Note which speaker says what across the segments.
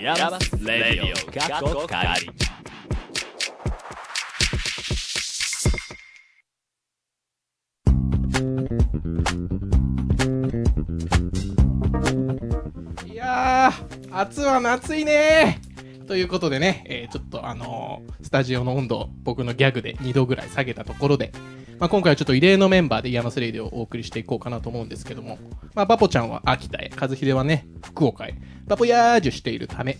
Speaker 1: ヤマスレディオ過去仮
Speaker 2: いやー、暑は夏いねーということでね、えーちょっとあのースタジオの温度を僕のギャグで2度ぐらい下げたところで、まあ、今回はちょっと異例のメンバーでイヤマスレイディオをお送りしていこうかなと思うんですけども、まあ、バポちゃんは秋田へ、和秀はね、福岡へ、バポヤージュしているため、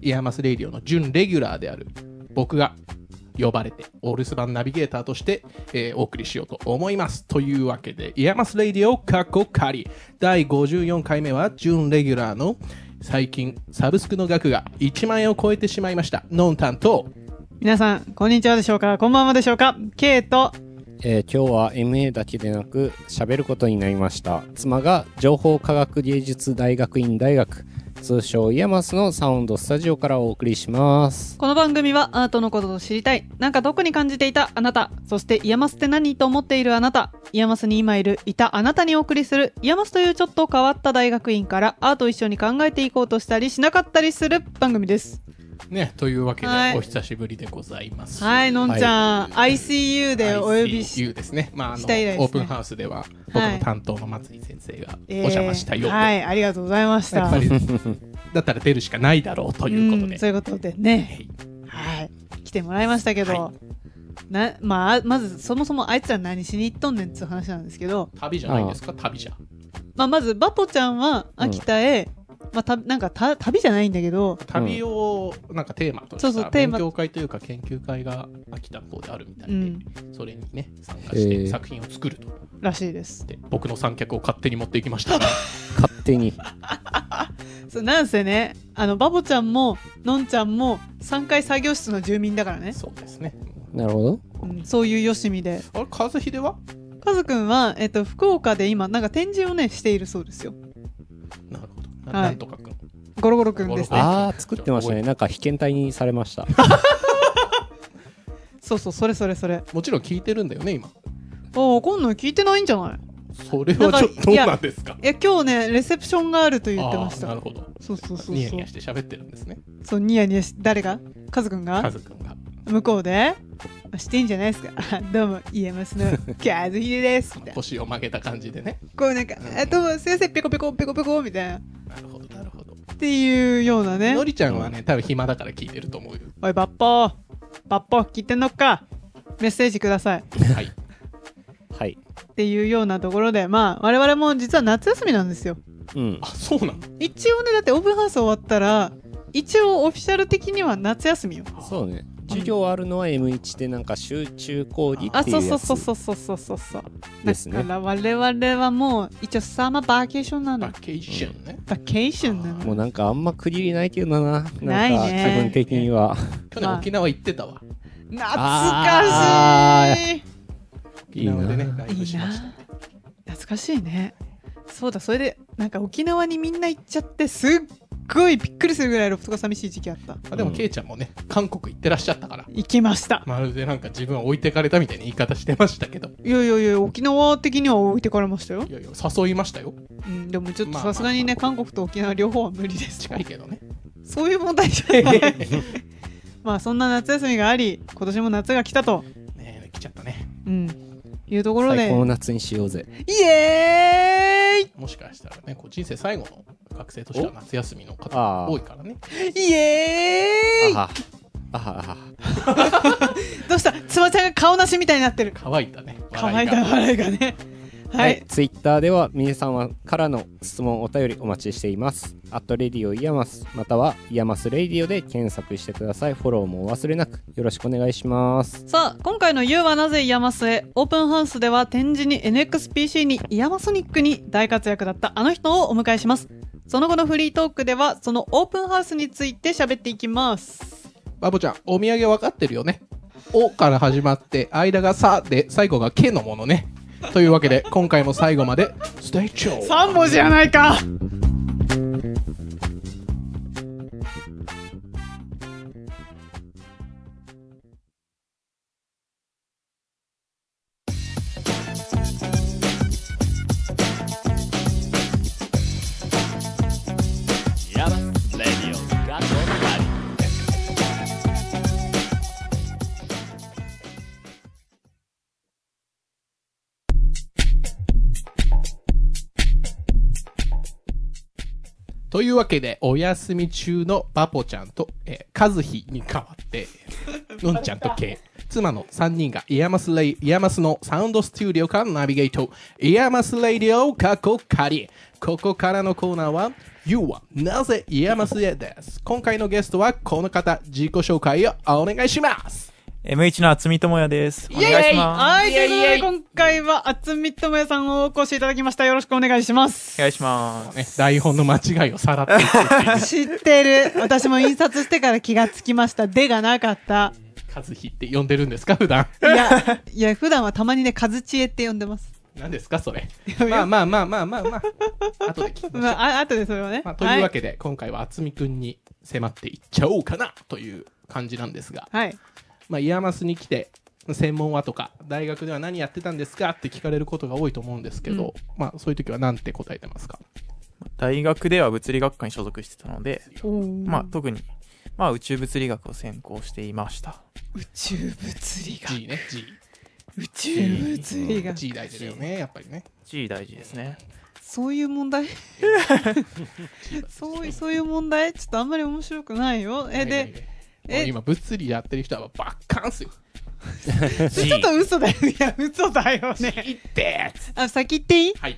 Speaker 2: イヤマスレイディオの準レギュラーである僕が呼ばれて、オールス版ナビゲーターとして、えーお送りしようと思います。というわけで、イヤマスレイディオ過去仮、第54回目は、準レギュラーの最近、サブスクの額が1万円を超えてしまいました。ノン担当、
Speaker 3: 皆さん、こんにちはでしょうかこんばんはでしょうか ?K と、
Speaker 4: えー今日は MA だけでなく喋ることになりました妻が情報科学芸術大学院大学通称イヤマスのサウンドスタジオからお送りします
Speaker 3: この番組はアートのことを知りたい。なんか特に感じていたあなた。そして、イヤマスって何と思っているあなた。イヤマスに今いる、いたあなたにお送りする、イヤマスというちょっと変わった大学院からアートを一緒に考えていこうとしたりしなかったりする番組です。
Speaker 2: ね、というわけで、
Speaker 3: はい
Speaker 2: お久しぶりでございます。
Speaker 3: はい、のんちゃん、ICU でお呼び
Speaker 2: ICU
Speaker 3: し、
Speaker 2: ですね。まあ、あの、
Speaker 3: した以来ですね
Speaker 2: オープンハウスでは、僕の担当の松井先生がお
Speaker 3: えー
Speaker 2: 邪魔したようで、
Speaker 3: はい、ありがとうございました。
Speaker 2: やっぱ り、だったら出るしかないだろうということで。
Speaker 3: んそういうことで
Speaker 2: は
Speaker 3: ね
Speaker 2: い。
Speaker 3: はい。来てもらいましたけど、
Speaker 2: は
Speaker 3: な、まあ、まずそもそもあいつら何しに行っとんねんっていう話なんですけど、
Speaker 2: 旅じゃないですか旅じゃ。
Speaker 3: まあ、まず、バポちゃんは秋田へ、まあ、た、なんかた、旅じゃないんだけど、
Speaker 2: 旅を、なんかテーマと
Speaker 3: そう
Speaker 2: し
Speaker 3: そう
Speaker 2: た
Speaker 3: テー
Speaker 2: 勉
Speaker 3: マ
Speaker 2: 強会というか研究会が秋田の方であるみたいうで、
Speaker 3: ん、
Speaker 2: それにね、参加して
Speaker 4: えー
Speaker 2: 作品を作ると。
Speaker 3: らしいです。
Speaker 2: で僕の三脚を勝手に持っていきま したが
Speaker 4: 勝手に
Speaker 3: そう、なんせね、あの、バポちゃんも、のんちゃんも、3階作業室の住民だからね、
Speaker 2: そうですね。
Speaker 4: なるほど
Speaker 3: うん、そういうよしみで。
Speaker 2: あれ、和秀は
Speaker 3: カズくんは、えっと、福岡で今、なんか展示をね、しているそうですよ。
Speaker 2: なるほど。な,、
Speaker 3: はい
Speaker 2: んとかくん。
Speaker 3: ゴロゴロくんですね。
Speaker 4: ああ作ってましたねなんか被験体にされました
Speaker 3: そうそう、それそれそれ。
Speaker 2: もちろん聞いてるんだよね、今。
Speaker 3: ああ、今度聞いてないんじゃない
Speaker 2: それはちょっとどうなんですか
Speaker 3: え今日ねレセプションがあると言って
Speaker 2: あ
Speaker 3: ま
Speaker 2: あ
Speaker 3: し
Speaker 2: ー、な
Speaker 3: た
Speaker 2: るほど。
Speaker 3: そうそうそうそう
Speaker 2: ニヤニヤして喋ってるんですね。
Speaker 3: そうニヤニヤし誰がカズくん
Speaker 2: カ
Speaker 3: が
Speaker 2: ズくんが。
Speaker 3: 向こうであしていいんじゃないですかあどうもイエマスのカズヒデですみたいな
Speaker 2: 腰を曲げた感じでね。
Speaker 3: こうなんか
Speaker 2: う
Speaker 3: 「
Speaker 2: ん
Speaker 3: あどうも先生ペコペコペコペコ」みたいな
Speaker 2: なるほど、なるほど。
Speaker 3: っていうようなね
Speaker 2: のりちゃんはね、多分暇だから聞いてると 思うよ。
Speaker 3: 「おいバッポーバッポー聞いてんのっかメッセージください」
Speaker 2: はい。
Speaker 4: はい
Speaker 3: っていうようなところでまあ我々も実は夏休みなんですよ
Speaker 4: うん
Speaker 2: あ、そうなの
Speaker 3: 一応ねだってオープンハウス終わったら一応オフィシャル的には夏休みよ
Speaker 4: そうね授業あるのは M1 でなんか集中講義
Speaker 3: あ
Speaker 4: ってい
Speaker 3: そう
Speaker 4: う
Speaker 3: そ
Speaker 4: や
Speaker 3: う
Speaker 4: つ
Speaker 3: そうそうそうそうそうそう
Speaker 4: ですね
Speaker 3: だから我々はもう一応サマーバーケーションなの
Speaker 2: バケーションね。
Speaker 3: バケーションな
Speaker 4: もう
Speaker 3: の
Speaker 4: なんかあんま区切りないけどな
Speaker 3: ない
Speaker 4: んか
Speaker 3: ね
Speaker 4: 気分的には
Speaker 2: 去年沖縄行ってたわ。
Speaker 3: 懐
Speaker 4: あ
Speaker 3: かしい
Speaker 2: 沖縄でね、ライ
Speaker 3: い
Speaker 2: ブ
Speaker 3: い
Speaker 2: しました。
Speaker 3: な懐かしいねそうだそれでなんか沖縄にみんな行っちゃってすっごいびっくりするぐらいロフトが寂しい時期あった
Speaker 2: あでも、
Speaker 4: うん
Speaker 2: けいちゃんもね、韓国行ってらっしゃったから。
Speaker 3: 行きました
Speaker 2: まるでなんか自分は置いてかれたみたいな言い方してましたけど。
Speaker 3: いやいやいや沖縄的には置いてかれましたよ
Speaker 2: い、やいや、誘いましたよ。
Speaker 3: うん、でもちょっと
Speaker 2: まあまあ
Speaker 3: さすがにね韓国と沖縄両方は無理です
Speaker 2: 近いけどね。
Speaker 3: そういう問題じゃない まあそんな夏休みがあり今年も夏が来たと
Speaker 2: ねえ、来ちゃったね。
Speaker 3: うん、いうところ
Speaker 4: 最
Speaker 3: で
Speaker 4: 高の夏にしようぜ
Speaker 3: イエ
Speaker 2: もしかしたらね、こう人生最後の学生としては夏休みの方
Speaker 4: ああ
Speaker 2: 多いからね。
Speaker 3: ーイイエーイ
Speaker 4: ああは
Speaker 3: どうしたつばちゃんが顔なしみたいになってる
Speaker 2: 乾いたね。
Speaker 3: 乾
Speaker 2: 笑
Speaker 3: い
Speaker 2: いが
Speaker 3: た笑いがねは、
Speaker 4: はいい、ツイッターでは皆さんはからの質問お便りお待ちしています。アットレディオイヤマスまたはイヤマスレディオで検索してください。フォローもお忘れなくよろしくお願いします。
Speaker 3: さあ今回の「YOU はなぜイヤマスへ」オープンハウスでは展示に NXPC にイヤマソニックに大活躍だったあの人をお迎えしますその後のフリートークではそのオープンハウスについて喋っていきます
Speaker 2: バボちゃん、お土産分かってるよね。おから始まって、間がさで、最後がけのものね。というわけで、今回も最後まで、ステイチョー
Speaker 3: 3文字やないか
Speaker 1: ヤマスレディオ過去
Speaker 2: というわけで、お休み中のバポちゃんと、えー、カズヒに代わって、のんちゃんとケイ、妻の3人がイヤマスレイ、イヤマスのサウンドスタジオからナビゲート、イヤマスレディオ過去仮。ここからのコーナーは、You はなぜイヤマスへです。今回のゲストはこの方、自己紹介をお願いします。
Speaker 5: M1 の厚み智也です。お願いしま
Speaker 3: はい、ということで、今回は、厚みともやさんをお越しいただきました。よろしくお願いします。
Speaker 5: す。お願いします。
Speaker 2: ね、台本の間違いをさらっていくっていう
Speaker 3: 知ってる。私も印刷してから気がつきました。でがなかった。
Speaker 2: カズヒって呼んでるんですか、普段。
Speaker 3: いや、いや、普段はたまにね、カズチエって呼んでます。
Speaker 2: 何ですか、それ。まあまあまあまあまあまあ、後で聞きましょう
Speaker 3: まあ、あとでそれをね。
Speaker 2: まあ、というわ
Speaker 3: け
Speaker 2: けで、今回は渥美くんに迫っていっちゃおうかなという感じなんですが、
Speaker 3: はい。
Speaker 2: まあ、イヤマスに来て専門はとか大学では何やってたんですかって聞かれることが多いと思うんですけど、まあ、そういう時は何て答えてますか
Speaker 5: 大学では物理学科に所属してたので、ま
Speaker 3: ま
Speaker 5: あ、特に、まあ宇宙物理学を専攻していました。
Speaker 3: 宇宙物理学。
Speaker 2: G ね G
Speaker 3: 宇宙物理学。
Speaker 2: G 大事だよねやっぱりね
Speaker 5: G 大事ですね。
Speaker 3: そういう 問題そういう、そういう問題ちょっとあんまり面白くないよ。え、
Speaker 2: はいはい
Speaker 3: で、
Speaker 2: はい
Speaker 3: え
Speaker 2: 今物理やってる人はバッカンっす よ
Speaker 3: ちょっと嘘だよ。いや、嘘だよ ね。
Speaker 2: いって
Speaker 3: あ、先言っていい
Speaker 2: はい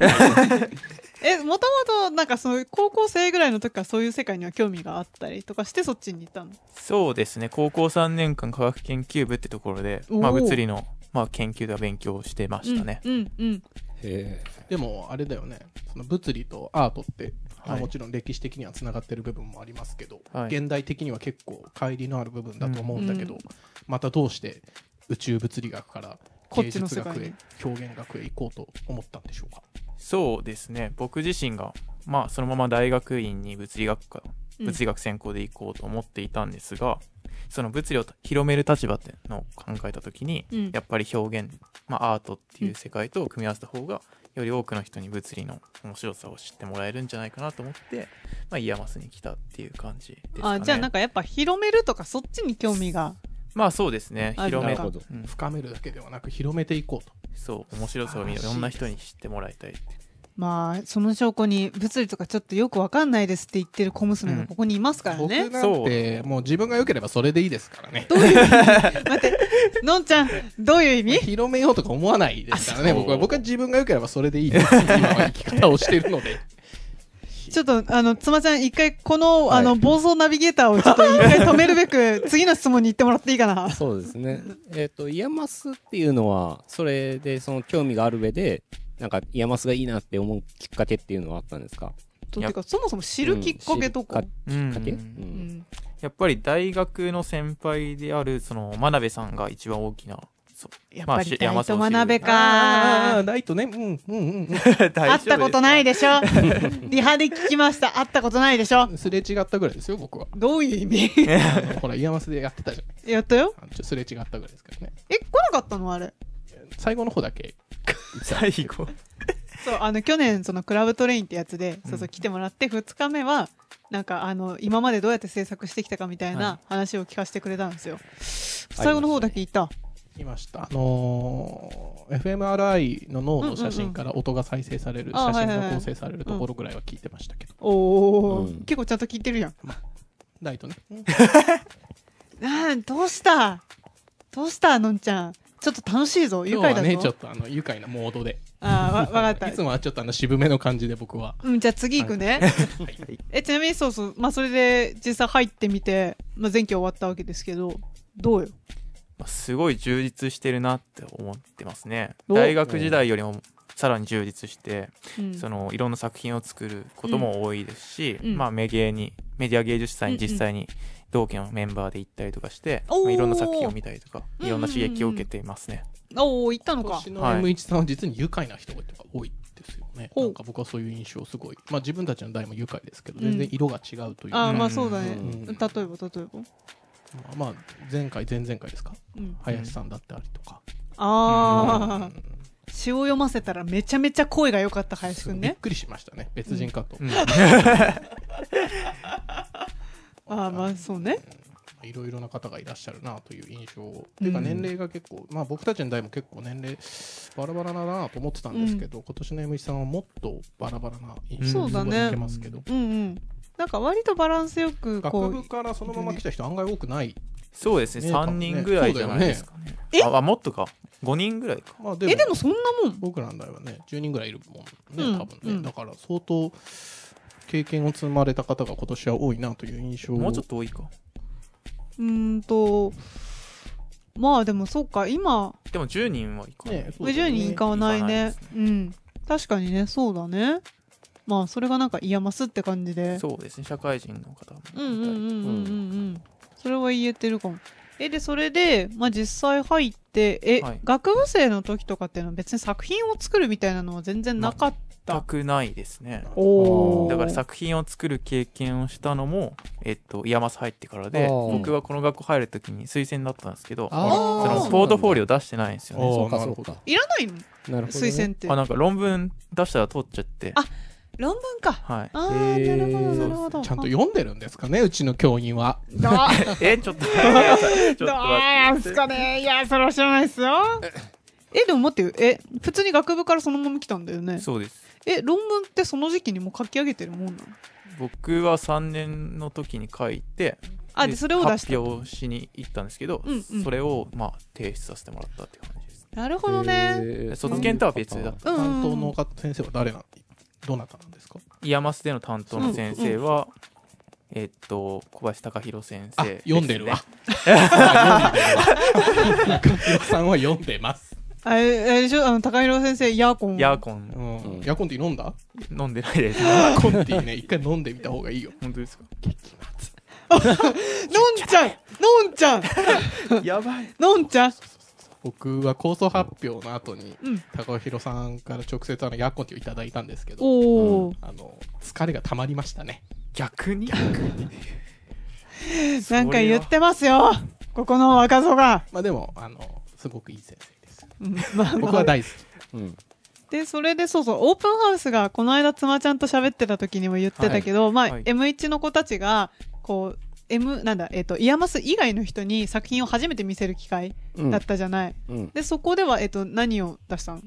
Speaker 3: え、もともと、なんかそういう、高校生ぐらいの時からそういう世界には興味があったりとかして、そっちに行ったの。
Speaker 5: そうですね。高校3年間科学研究部ってところで、
Speaker 3: おー
Speaker 5: まあ物理の、まあ研究では勉強をしてましたね。
Speaker 3: うん、うん、うん。
Speaker 4: え
Speaker 2: でもあれだよねその物理とアートって、まあ
Speaker 5: はい
Speaker 2: もちろん歴史的にはつながってる部分もありますけど、
Speaker 5: はい
Speaker 2: 現代的には結構乖離のある部分だと思うんだけど、またどうして宇宙物理学から
Speaker 3: こっ
Speaker 2: 芸
Speaker 3: ちの
Speaker 2: 術
Speaker 3: 世界
Speaker 2: 学
Speaker 3: に
Speaker 2: へ表現学へ行こうと思ったんでしょうか
Speaker 5: そうですね。僕自身が、まあそのまま大学院に物理学科、
Speaker 3: うん
Speaker 5: 物理学専攻で行こうと思っていたんですが、その物理を広める立場ってのを考えた時に、
Speaker 3: うん
Speaker 5: やっぱり表現、まあ、アートっていう世界と組み合わせた方がより多くの人に物理の面白さを知ってもらえるんじゃないかなと思って、まあ、イヤマスに来たっていう感じですかね。
Speaker 3: あ、じゃあなん
Speaker 5: か
Speaker 3: かやっぱ広めるとか、そっちに興味が。
Speaker 5: まあそうですね
Speaker 3: あ
Speaker 5: 広め
Speaker 4: なるほど
Speaker 5: うん
Speaker 2: 深めるだけではなく広めていこうと
Speaker 5: そう面白さをいろんな人に知ってもらいたいって
Speaker 3: まあ、その証拠に、物理とかちょっとよくわかんないですって言ってる小娘がここにいますから
Speaker 2: 僕
Speaker 3: ね。
Speaker 2: なんてもう自分が良ければそれでいいですからね
Speaker 3: どういう意味待って、のんちゃん、どうい う意味
Speaker 2: 広めようとか思わないですからね
Speaker 5: あそう
Speaker 2: 僕は僕は自分が良ければそれでいいです今は生き方をしてるので
Speaker 3: ちょっと、あの、つまちゃん、一回、この、
Speaker 4: はい
Speaker 3: あの、暴走ナビゲーターをちょっと一回止めるべく、次の質問に行ってもらっていいかな
Speaker 4: ー。そうですね。えっ、と、イヤマスっていうのは、それでその興味がある上で、なんかイヤマスがいいなって思うきっかけっていうのはあったんですか
Speaker 3: とてか、そもそも知るきっかけとか。
Speaker 5: うん
Speaker 4: きっかけ、う
Speaker 3: うんん
Speaker 5: やっぱり大学の先輩であるその真鍋さんが一番大 きなそう
Speaker 3: やっぱり、大
Speaker 5: ま
Speaker 3: と
Speaker 5: あ
Speaker 3: 学べ
Speaker 2: あ
Speaker 3: か
Speaker 2: あ。ないとねうんうんうんうん
Speaker 5: 会
Speaker 3: 会ったことない
Speaker 5: で
Speaker 3: でしょリハで聞きました。会ったことないでしょ
Speaker 2: すれ違ったぐらいですよ僕は
Speaker 3: どういう意味
Speaker 2: あのほらイヤマスでやってたじゃん
Speaker 3: やったよ
Speaker 2: あのちょすれ違ったぐらいですけどね
Speaker 3: え、来なかったのあれ。
Speaker 2: 最後の方だけ
Speaker 5: すよね最後
Speaker 3: そう、あの、去年、その、クラブトレインってやつで、そうそうう、
Speaker 5: ん
Speaker 3: 来てもらって、2日目は、なんか、あの、今までどうやって制作してきたかみたい
Speaker 5: は
Speaker 3: ない話を聞かせてくれたんですよ。最後の方だけ言った。
Speaker 2: いましたあのー FMRI の脳の写真から音が再生される、
Speaker 3: うんうんうんあ
Speaker 2: 写
Speaker 3: はい
Speaker 2: 真
Speaker 3: はい
Speaker 2: が
Speaker 3: はい
Speaker 2: 構成されるところぐらいは聞いてましたけど、
Speaker 3: おお、
Speaker 4: うん
Speaker 3: 結構ちゃんと聞いてるやん。
Speaker 2: ライトね、
Speaker 3: あーどうしたどうしたのんちゃん。ちょっと楽しいぞ。愉
Speaker 2: 今
Speaker 3: 快
Speaker 2: 日
Speaker 3: だ
Speaker 2: は
Speaker 3: ぞ。
Speaker 2: ねちょっとあの愉快なモードで
Speaker 3: あーわ、わかっ
Speaker 2: いつ
Speaker 3: た。
Speaker 2: もはちょっとあの渋めの感じで僕は
Speaker 3: うん、じゃあ次行くね。え、ちなみにそうそう。まあ、それで実際入ってみて、まあ、前期終わったわけですけど、どうよ。
Speaker 5: まあすごい充実してるなって思ってますね
Speaker 3: お
Speaker 5: 大学時代よりもさらに充実して、
Speaker 3: うん。
Speaker 5: そのいろんな作品を作ることも多いですし、
Speaker 3: うん
Speaker 5: まあメディアにメディア芸術祭に実際に同期のメンバーで行ったりとかして、
Speaker 3: おー
Speaker 5: まあいろんな作品を見たりとか
Speaker 3: うん
Speaker 5: いろんな刺激を受けていますね、
Speaker 3: おお行ったの
Speaker 2: 今
Speaker 3: か
Speaker 2: 年。の
Speaker 5: はい
Speaker 2: M1 さんは実に愉快な人が多いですよね、
Speaker 3: ほう
Speaker 2: なんか僕はそういう印象すごいまあ自分たちの代も愉快ですけど
Speaker 3: うん
Speaker 2: 全然色が違うというか、
Speaker 3: あー
Speaker 5: うん
Speaker 3: まあそうだね。
Speaker 2: うん
Speaker 3: 例えば、例えば。
Speaker 2: まあ前回前々回ですか
Speaker 3: うん、
Speaker 2: 林さんだったりとか、
Speaker 3: ああ
Speaker 2: う、ん
Speaker 3: 詩を読ませたらめちゃめちゃ声が良かった林くん
Speaker 2: びっ
Speaker 3: ね。
Speaker 2: くりしましたね別人かと、
Speaker 5: うん
Speaker 3: ああ、まあそうね。
Speaker 2: いろいろな方がいらっしゃるなという印象を、ていうか年齢が結構、まあ、僕たちの代も結構年齢バラバラだなと思ってたんですけど、今年の M 1さんはもっとバラバラな印象
Speaker 3: そうだね
Speaker 2: 受けますけど、
Speaker 3: うんうん。なんか割とバランスよくこ
Speaker 2: 学
Speaker 3: う
Speaker 2: 部からそのまま来た人案外多くない。
Speaker 5: そうですね
Speaker 2: ね
Speaker 5: 3人ぐらいじゃないですかね
Speaker 3: だよね
Speaker 5: ああもっとか5人ぐらいか
Speaker 2: まあで
Speaker 3: えでもそんなもん
Speaker 2: 僕らの代はね10人ぐらいいるもん
Speaker 3: うん
Speaker 2: ね多分ね、
Speaker 3: うん
Speaker 2: だから相当経験を積まれた方が今年は多いなという印象を
Speaker 5: もうちょっと多いか
Speaker 3: うーんとまあでもそうか今
Speaker 5: でも10人はいかない、
Speaker 2: ねそうだよ
Speaker 3: 50
Speaker 2: ね
Speaker 3: 人いかないね
Speaker 5: いかないです
Speaker 3: うん確かにねそうだねまあそれがなんかイヤマスって感じで
Speaker 5: そうですね社会人の方もいたり、
Speaker 3: うんうんうんうんうんうんそれは言えてるかもえでそれで、まあ、実際入ってえ、
Speaker 5: はい
Speaker 3: 学部生の時とかっていうのは別に作品を作るみたいなのは全然なかっ
Speaker 5: 全くないですね
Speaker 4: おー
Speaker 5: だから作品を作る経験をしたのも、えっと、イヤマス入ってからで
Speaker 4: あー
Speaker 5: 僕はこの学校入る時に推薦だったんですけど
Speaker 4: あ
Speaker 5: そ
Speaker 4: ー
Speaker 5: のポートフォーリ
Speaker 4: オ
Speaker 5: オ出してないんですよ
Speaker 2: あ
Speaker 5: ね
Speaker 2: ー
Speaker 4: そうか
Speaker 2: な
Speaker 4: そ
Speaker 2: る
Speaker 4: う
Speaker 2: ほ
Speaker 4: か
Speaker 3: いらないの、
Speaker 4: なるほど、ね、
Speaker 3: 推薦って
Speaker 5: あなんか論文出したら通っちゃって
Speaker 3: あ論文か
Speaker 5: はい
Speaker 3: ああなるほど
Speaker 4: へー
Speaker 3: なるほど
Speaker 2: ちゃんと読んでるんですかねうちの教員は
Speaker 3: あ
Speaker 5: えちょっとちょ っと
Speaker 3: どう
Speaker 5: 待
Speaker 3: なん
Speaker 5: って
Speaker 3: すかねいやそれは知らないっすよえでも待ってよえ普通に学部からそのまま来たんだよね
Speaker 5: そうです
Speaker 3: え論文ってその時期にもう書き上げてるもんなの
Speaker 5: 僕は3年の時に書いて
Speaker 3: あでそれを出した
Speaker 5: 発表しに行ったんですけど、
Speaker 3: うんうん
Speaker 5: それをまあ提出させてもらったっていう感じです
Speaker 3: なるほどね
Speaker 4: へー
Speaker 5: 卒検とは別だ
Speaker 3: うん
Speaker 2: 担当の方先生は誰なんどなたなん ですか
Speaker 5: イヤマスでの担当の先生は、えっと小林隆弘先生
Speaker 2: あ
Speaker 5: ですね、
Speaker 2: 読んでるわ読んでるわ中村さんは読んでます、
Speaker 3: あれあれでしょあの高弘先生ヤーコン
Speaker 5: ヤーコ
Speaker 2: う
Speaker 5: ン
Speaker 2: ん
Speaker 4: うん
Speaker 2: ヤコンティー飲んだ
Speaker 5: 飲んでないです
Speaker 2: ヤコンティーね一回飲んでみた方がいいよ
Speaker 5: 本当ですか
Speaker 3: のんちゃんのんちゃん
Speaker 5: やばい
Speaker 3: のんちゃん
Speaker 2: 僕は構想発表の後に
Speaker 3: うん
Speaker 2: 高弘さんから直接あのヤコンティーをいただいたんですけど
Speaker 3: おお、
Speaker 2: あの疲れがたまりましたね。
Speaker 5: 逆に逆に
Speaker 3: なんか言ってますよここの若造が、
Speaker 2: まあでもあのすごくいい先生です。
Speaker 3: うんまあ
Speaker 2: 僕は大好き。
Speaker 4: うん
Speaker 3: でそれでそうそうオープンハウスがこの間妻ちゃんと喋ってた時にも言ってたけど、まあ
Speaker 5: はい
Speaker 3: M1 の子たちがこう M なんだえっ、とイヤマス以外の人に作品を初めて見せる機会
Speaker 4: うん
Speaker 3: だったじゃない、
Speaker 4: うん
Speaker 3: でそこではえっ、と何を出したの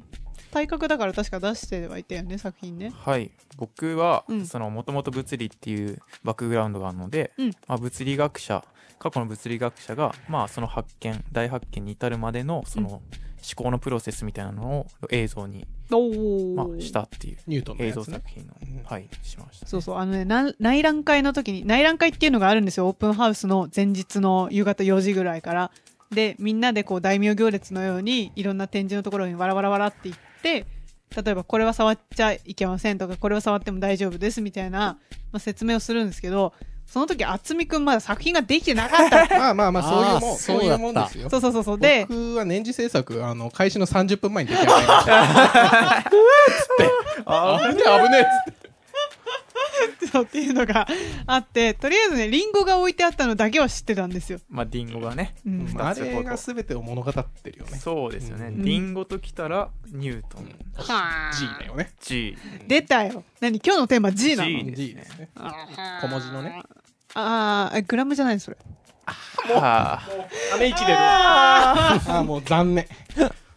Speaker 3: 体格だから確か出してはいたよね作品ね
Speaker 5: はい僕は
Speaker 3: うん
Speaker 5: そのもともと物理っていうバックグラウンドがあるので、
Speaker 3: うん
Speaker 5: まあ、物理学者過去の物理学者が、まあ、その発見大発見に至るまでのその思考のプロセスみたいなのを映像に、
Speaker 3: おお、
Speaker 5: まあ、したっていう
Speaker 2: ニュートンの
Speaker 5: 映
Speaker 2: や
Speaker 5: 像
Speaker 2: つね
Speaker 5: 作。品の、
Speaker 2: うん
Speaker 5: はいしました
Speaker 3: そうそうあのねな内覧会の時に内覧会っていうのがあるんですよオープンハウスの前日の夕方4時ぐらいからでみんなでこう大名行列のようにいろんな展示のところにわらわらわらって行って例えばこれは触っちゃいけませんとかこれは触っても大丈夫ですみたいな、まあ、説明をするんですけどその時渥美くんまだ作品ができてなかった
Speaker 2: まあまあまあそういうも
Speaker 4: あー
Speaker 2: んそういうもんですよ
Speaker 3: そ。うそうそうそうで
Speaker 2: 僕は年次制作あの開始の30分前に出来上がりました。
Speaker 5: あ
Speaker 2: 危ねえ危ねえっつって。
Speaker 3: そうっていうのがあってとりあえずねリンゴが置いてあったのだけは知ってたんですよ、
Speaker 5: まあディンゴがね
Speaker 3: うん
Speaker 2: うんあれが全てを物語ってるよね。
Speaker 5: そうですよね、
Speaker 2: うん
Speaker 5: ディンゴときたらニュートン、
Speaker 2: G だよね。
Speaker 5: G
Speaker 3: 出たよ何今日のテーマ G なの
Speaker 5: G ですね
Speaker 2: G ですね。小文字のね。
Speaker 3: ああグラムじゃないそれ
Speaker 5: は
Speaker 2: あめ息出る。ああもう残念。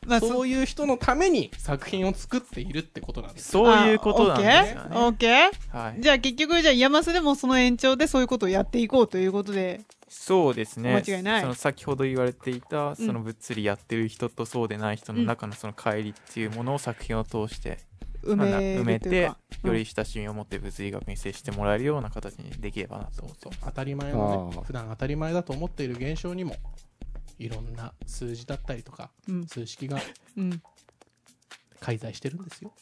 Speaker 3: まあ、そ
Speaker 2: そういう人のために作品を作っているってことなんです。
Speaker 5: そういうことなんですよ
Speaker 3: あオ
Speaker 5: ね、
Speaker 3: ッケーオッケ
Speaker 5: はい
Speaker 3: ー、じゃあ結局じゃあ山瀬でもその延長でそういうことをやっていこうということで
Speaker 5: そうですね
Speaker 3: 間違いない
Speaker 5: その先ほど言われていたその物理やってる人とそうでない人の中のその乖離っていうものを作品を通して、
Speaker 3: 埋
Speaker 5: まあな
Speaker 3: め
Speaker 5: 埋
Speaker 3: る
Speaker 5: め
Speaker 3: という
Speaker 5: て
Speaker 3: か、うん
Speaker 5: より親しみを持って物理学に接してもらえるような形にできればなと思ってます
Speaker 2: 当たり前の
Speaker 4: あ
Speaker 2: ね
Speaker 4: ー
Speaker 2: 普段当たり前だと思っている現象にもいろんな数字だったりとか
Speaker 3: うん
Speaker 2: 数式が
Speaker 3: うん
Speaker 2: 介在してるんですよ。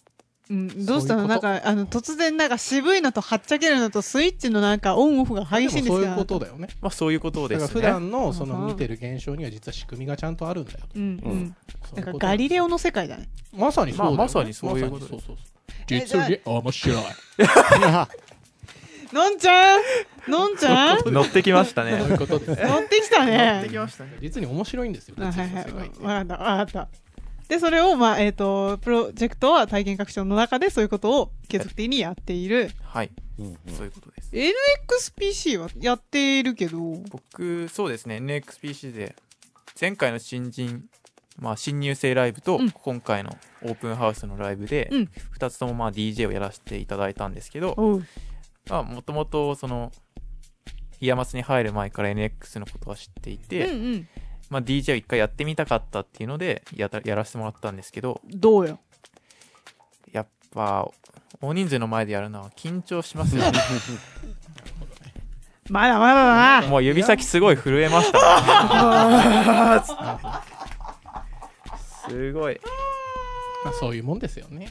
Speaker 3: うん、どうしたの
Speaker 2: そういう
Speaker 3: な
Speaker 2: んこと
Speaker 3: かあの突然なんか渋いのとはっちゃけるのとスイッチのなんかオンオフが激しいんですけど
Speaker 2: そういうことだよね。
Speaker 5: まあそういうこと
Speaker 2: だ
Speaker 5: で
Speaker 2: から
Speaker 5: す
Speaker 2: 普
Speaker 5: ね
Speaker 2: 段のそ
Speaker 3: うんう
Speaker 2: の
Speaker 3: ん
Speaker 2: 見てる現象には実は仕組みがちゃんとあるんだよと。
Speaker 3: うんうん
Speaker 4: うん
Speaker 2: そう
Speaker 3: な
Speaker 2: う
Speaker 3: いんか
Speaker 2: こと
Speaker 3: ガリレオの世界だね
Speaker 2: まさにそうだよね
Speaker 5: まあまさにそういうこと
Speaker 2: まさにそうそうそう
Speaker 3: えじゃあ
Speaker 2: 実に面白い。
Speaker 3: のんちゃんのんちゃん
Speaker 5: 乗ってきましたね
Speaker 2: そういうことですね。
Speaker 3: 乗ってきたね
Speaker 5: ましたね
Speaker 2: 実に面白いんですよ。
Speaker 3: あはいはい
Speaker 2: 実に
Speaker 3: わ
Speaker 2: 面
Speaker 3: か
Speaker 2: 白い
Speaker 3: ったわかったでそれをまあえっ、とプロジェクトは体験拡張の中でそういうことを継続的にやっている
Speaker 5: はい
Speaker 4: うんうん
Speaker 5: そういうことです
Speaker 3: NXPC はやっているけど
Speaker 5: 僕そうですね NXPC で前回の新人まあ新入生ライブと
Speaker 3: うん
Speaker 5: 今回のオープンハウスのライブで
Speaker 3: うん
Speaker 5: 2つともまあ DJ をやらせていただいたんですけど、
Speaker 3: おう
Speaker 5: まあ、もともと、その、イヤマスに入る前から NX のことは知っていて、
Speaker 3: うんうん。
Speaker 5: まあ DJ を一回やってみたかったっていうのでやた、やらせてもらったんですけど、
Speaker 3: どうよ。
Speaker 5: やっぱ、大人数の前でやるのは緊張しますよね。
Speaker 3: まだまだだな。
Speaker 5: もう指先すごい震えました。すごい。
Speaker 2: まあ、そういうもんですよね。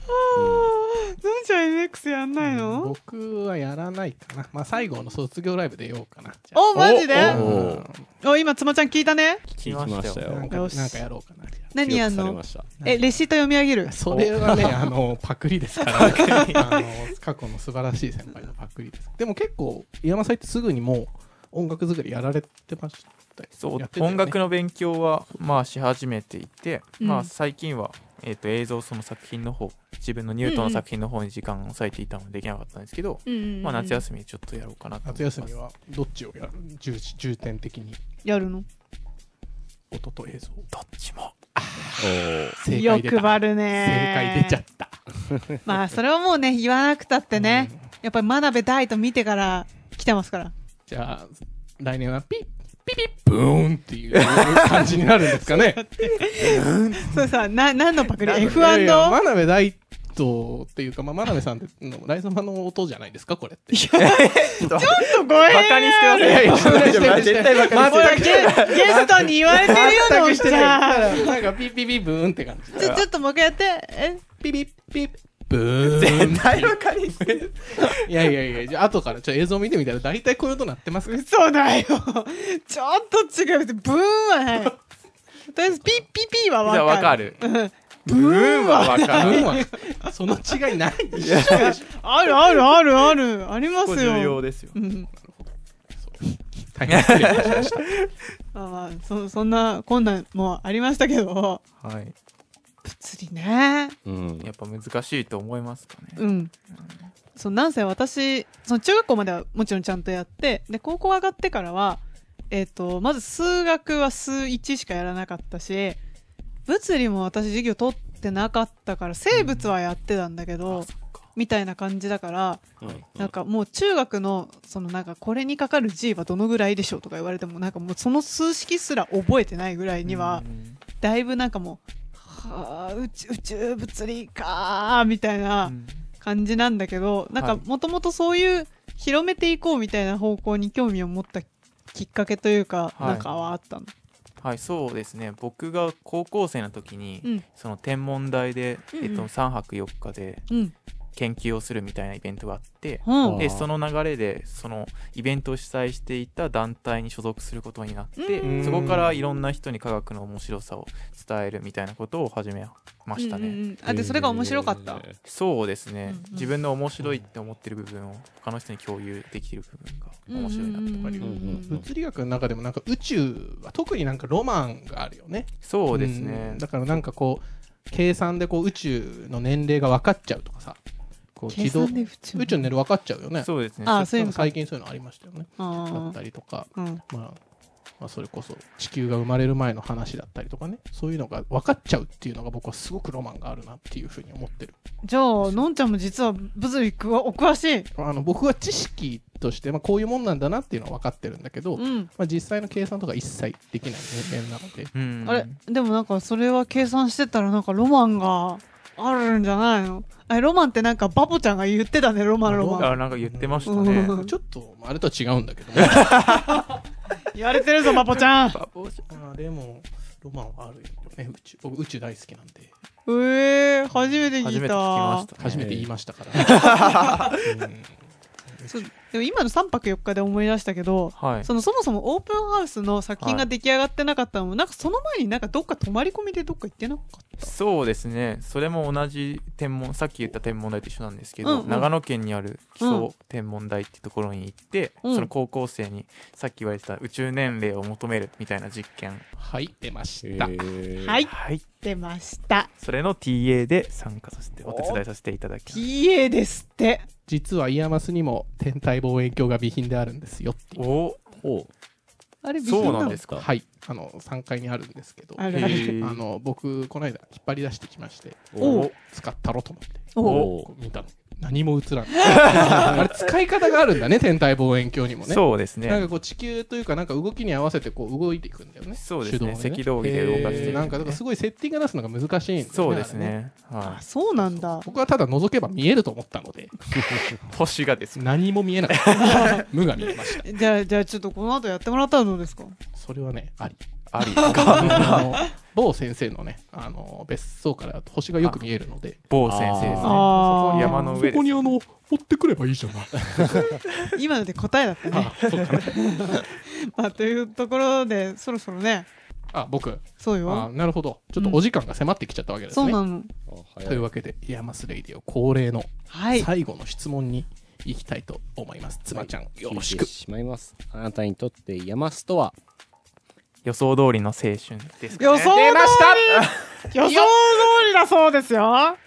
Speaker 3: ズンちゃん MX やんないの
Speaker 2: 僕はやらないかな。まあ、最後の卒業ライブで言おうかな。じゃ
Speaker 3: お、マジで
Speaker 2: あ
Speaker 4: お
Speaker 2: うん
Speaker 3: お、今、つまちゃん聞いたね。
Speaker 5: 聞
Speaker 4: 聞きました。
Speaker 2: なん
Speaker 4: よ。
Speaker 2: か
Speaker 3: よし
Speaker 2: なんかやろうかな。じゃ
Speaker 3: 何やん
Speaker 4: 記憶され
Speaker 3: の
Speaker 4: ました
Speaker 3: え、レシート読み上げる
Speaker 2: あ。それはね、あ の、パクリですから、あの、過去の素晴らしい先輩のパクリです。でも結構、山さんってすぐにもう音楽作りやられてましたよ
Speaker 5: そう、
Speaker 2: やってたよね
Speaker 5: 音楽の勉強は、まあ、し始めていて、
Speaker 3: うん
Speaker 5: まあ、最近は、えっ、と、映像その作品の方、自分のニュートンの作品の方に時間を割いていたのでできなかったんですけど、まあ、夏休みちょっとやろうかなと思
Speaker 2: 夏
Speaker 5: います。
Speaker 2: 休みはどっちをやる重視重点的に
Speaker 3: やるの
Speaker 2: 音と映像。
Speaker 5: どっちも。
Speaker 2: 正
Speaker 3: よ
Speaker 2: 解出
Speaker 3: く
Speaker 2: た。
Speaker 3: ばるね
Speaker 2: 正解出ちゃった。
Speaker 3: まあそれはもうね言わなくたってね、やっぱり真鍋大と見てから来てますから
Speaker 2: じゃあ、来年はピッ、ピピッ、ブーンっていう感じになるんですか ね。
Speaker 3: そうさな何のパクリ F&?
Speaker 2: いやいや真鍋大統っていうか、まあ、真鍋さんのライソマの音じゃないですか、これっ て。
Speaker 5: ちょっと、バ
Speaker 3: ごめん
Speaker 5: カにしてま
Speaker 2: いやいや
Speaker 5: せん。
Speaker 2: 絶対バカ
Speaker 3: ほらゲゲストに言われてるようなお
Speaker 2: く
Speaker 3: っ
Speaker 2: して
Speaker 3: ち
Speaker 2: な
Speaker 3: ゃ
Speaker 2: い
Speaker 3: ん
Speaker 2: なんかピッピピブーンって感じ。
Speaker 3: ちょちょっともう一回やってえ
Speaker 2: ピピピブーン。
Speaker 5: 絶対バカにしてる。
Speaker 2: いやいやいや、じゃあ後からちょっと映像見てみたら大体こういう音なってますから。
Speaker 3: 嘘だよちょっと違う別にブーンはないとりあえずピッピッピーは
Speaker 5: じゃあ、わ
Speaker 3: わ
Speaker 5: か
Speaker 3: かる
Speaker 5: る。ブーンはわか
Speaker 2: ブー
Speaker 5: る。
Speaker 2: ンはその違いないでしょ。
Speaker 3: あるあるあるあるありま
Speaker 5: ここ
Speaker 3: す
Speaker 5: 重
Speaker 3: よ
Speaker 5: 要ですよ。
Speaker 3: うん
Speaker 2: 大変失礼いたしました。
Speaker 3: まあまあそそんな困難もありましたけど
Speaker 5: はい。
Speaker 3: 物理ね
Speaker 4: うん。
Speaker 5: やっぱ難しいと思いますかね。
Speaker 3: うんそうなんせ私その中学校まではもちろんちゃんとやってで高校上がってからは、えっとまず数学は数1しかやらなかったし物理も私授業取ってなかったから生物はやってたんだけど、みたいな感じだから、なんかもう中学のそのなんかこれにかかる G はどのぐらいでしょうとか言われてもなんかもうその数式すら覚えてないぐらいには。
Speaker 5: うん
Speaker 3: だいぶなんかもう、はあ、宇宙宇宙物理かーみたいな感じなんだけど、なんか
Speaker 5: はい
Speaker 3: もともとそういう広めていこうみたいな方向に興味を持ったきっかけというか、
Speaker 5: はい
Speaker 3: なんかはあったの。
Speaker 5: はい、そうですね。僕が高校生の時に、
Speaker 3: うん。
Speaker 5: その天文台で、
Speaker 3: うんうん
Speaker 5: えっと、3泊4日で
Speaker 3: うん。
Speaker 5: 研究をするみたいなイベントがあって、
Speaker 3: うん。
Speaker 5: でその流れでそのイベントを主催していた団体に所属することになって、
Speaker 2: うん
Speaker 5: そこからいろんな人に科学の面白さを伝えるみたいなことを始めましたね。
Speaker 3: うんうんうんあ、で、それが面白かった。
Speaker 5: そうですね、
Speaker 3: うんうん
Speaker 5: 自分の面白いって思ってる部分を他の人に共有できてる部分が面白いなと、
Speaker 3: と
Speaker 2: り
Speaker 4: うん
Speaker 2: 物理学の中でもなんか宇宙は特になんかロマンがあるよね。
Speaker 5: そうですね
Speaker 2: んだからなんかこう計算でこう宇宙の年齢が分かっちゃうとかさこう
Speaker 3: 計
Speaker 2: 自動
Speaker 3: 算で宇宙
Speaker 2: 宇宙の年齢分かっちゃうよね
Speaker 5: そうですね
Speaker 3: あ
Speaker 5: そ
Speaker 3: そういう
Speaker 2: な
Speaker 3: の
Speaker 2: んか最近そういうのありましたよねあ
Speaker 3: あ
Speaker 2: ったりとか、
Speaker 3: あ。うん。
Speaker 2: まあ、まあそれこそ地球が生まれる前の話だったりとかねそういうのが分かっちゃうっていうのが僕はすごくロマンがあるなっていうふうに思ってる
Speaker 3: じゃあ、のんちゃんも実は物理くわお詳しい。
Speaker 2: あの僕は知識として、まあ、こういうもんなんだなっていうのは分かってるんだけど、
Speaker 3: う
Speaker 2: ま
Speaker 3: ん。
Speaker 2: あ、実際の計算とか一切できない人間なので
Speaker 5: うん
Speaker 3: あれ、でもなんかそれは計算してたらなんかロマンがあるんじゃないのあれロマンってなんかバボちゃんが言ってたねロマンロマン
Speaker 5: あなんか言ってましたね
Speaker 3: うん
Speaker 2: ちょっとまああれとは違うんだけど
Speaker 3: 言われてるぞバボちゃんう
Speaker 2: まあでもロマンはあるよね宇宙僕宇宙大好きなんで
Speaker 3: えー、初めて聞いた
Speaker 5: 初めて聞きました
Speaker 2: 初めて言いました から、うん
Speaker 3: そうでも今の3泊4日で思い出したけど
Speaker 5: はい
Speaker 3: そのそもそもオープンハウスの作品が出来上がってなかったのも、なんかその前になんかどっか泊まり込みでどっか行ってなかっ
Speaker 5: そうですねそれも同じ天文さっき言った天文台と一緒なんですけど、
Speaker 3: うんうん
Speaker 5: 長野県にある基礎天文台ってところに行って、
Speaker 3: うん
Speaker 5: その高校生にさっき言われてた宇宙年齢を求めるみたいな実験
Speaker 2: はい出ました、
Speaker 3: たはい
Speaker 5: はい
Speaker 3: 出ました
Speaker 5: それの TA で参加させてお手伝いさせていただきま
Speaker 3: TA ですって
Speaker 2: 実はイヤマスにも天体望遠鏡が備品であるんですよって
Speaker 5: す
Speaker 2: いう
Speaker 5: お
Speaker 4: お
Speaker 3: あれ
Speaker 5: そうなんですすか
Speaker 2: はいあの3階にあるんですけど
Speaker 3: あ
Speaker 2: あ
Speaker 3: るあ
Speaker 5: へ
Speaker 3: る
Speaker 5: ー
Speaker 2: の僕この間引っ張り出してきまして
Speaker 3: お
Speaker 2: 使ったろと思って
Speaker 3: お
Speaker 2: こう見たの何も 映らないあれ使い方があるんだね天体望遠鏡にもね
Speaker 5: そうです
Speaker 2: なん
Speaker 5: ね
Speaker 2: かこう地球というかなんか動きに合わせてこう動いていくんだよね
Speaker 5: そうです
Speaker 2: 手動
Speaker 5: ね
Speaker 2: で
Speaker 5: 赤道儀で動かしていく
Speaker 2: へーなんかだからすごいセッティング出すのが難しいんだよ
Speaker 5: そうです
Speaker 2: あれ
Speaker 5: ねは
Speaker 3: あそうなんだ
Speaker 2: 僕はただ覗けば見えると思ったの で
Speaker 5: い星がですね
Speaker 2: 何も見えなかった無が見えました
Speaker 3: じゃあじゃあちょっとこの後やってもらったらどうですか
Speaker 2: それはね あり
Speaker 5: あり
Speaker 2: あの某先生のねあの別荘から星がよく見えるので
Speaker 5: 某先生ですね
Speaker 3: あー
Speaker 5: 山の上です
Speaker 2: あの持ってくればい いじゃない
Speaker 3: 今ので答えだったね。
Speaker 2: あそっかね
Speaker 3: まあ、というところでそろそろね
Speaker 2: あ僕
Speaker 3: そうよ、
Speaker 2: あなるほどちょっとお時間が迫ってきちゃったわけです
Speaker 3: そう
Speaker 2: ね、
Speaker 3: なの
Speaker 2: というわけでイヤマスレイディオ恒例の
Speaker 3: はい
Speaker 2: 最後の質問に行きたいと思います、妻ちゃんよろしく
Speaker 4: しまいますあなたにとって山スとは
Speaker 5: 予想通りの青春ですか
Speaker 3: 予想通
Speaker 5: ね
Speaker 3: り 予想通りだそうですよ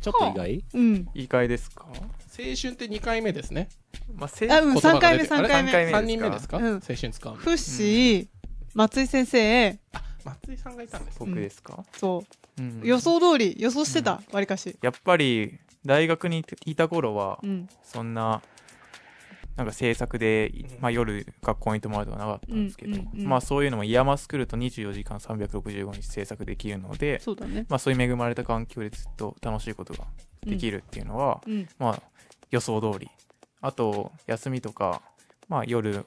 Speaker 4: ちょっと意外
Speaker 3: うん
Speaker 5: いいかいですか
Speaker 2: 青春って2回目ですね
Speaker 5: まあ青
Speaker 3: あうん
Speaker 2: 言葉
Speaker 3: 3
Speaker 2: が出
Speaker 3: 回目
Speaker 2: てあ
Speaker 3: 3
Speaker 2: れ
Speaker 3: 回目
Speaker 5: 三回目
Speaker 2: 3人目ですか、
Speaker 3: うん
Speaker 2: 青春使うの
Speaker 3: フッシー、松井先生
Speaker 2: 松井さんがいたんですね
Speaker 5: 僕ですか
Speaker 3: そ
Speaker 5: うん
Speaker 3: う予想通り予想してたわりかし
Speaker 5: やっぱり大学にいた頃は
Speaker 3: うん
Speaker 5: そんななんか制作で、まあ、夜学校に泊まるとかなかったんですけど、
Speaker 3: うんうんうん
Speaker 5: まあそういうのもイヤマスクールと24時間365日制作できるので
Speaker 3: そうだね
Speaker 5: まあそういう恵まれた環境でずっと楽しいことができるっていうのは、
Speaker 3: うん
Speaker 5: まあ予想通りあと休みとか、まあ、夜、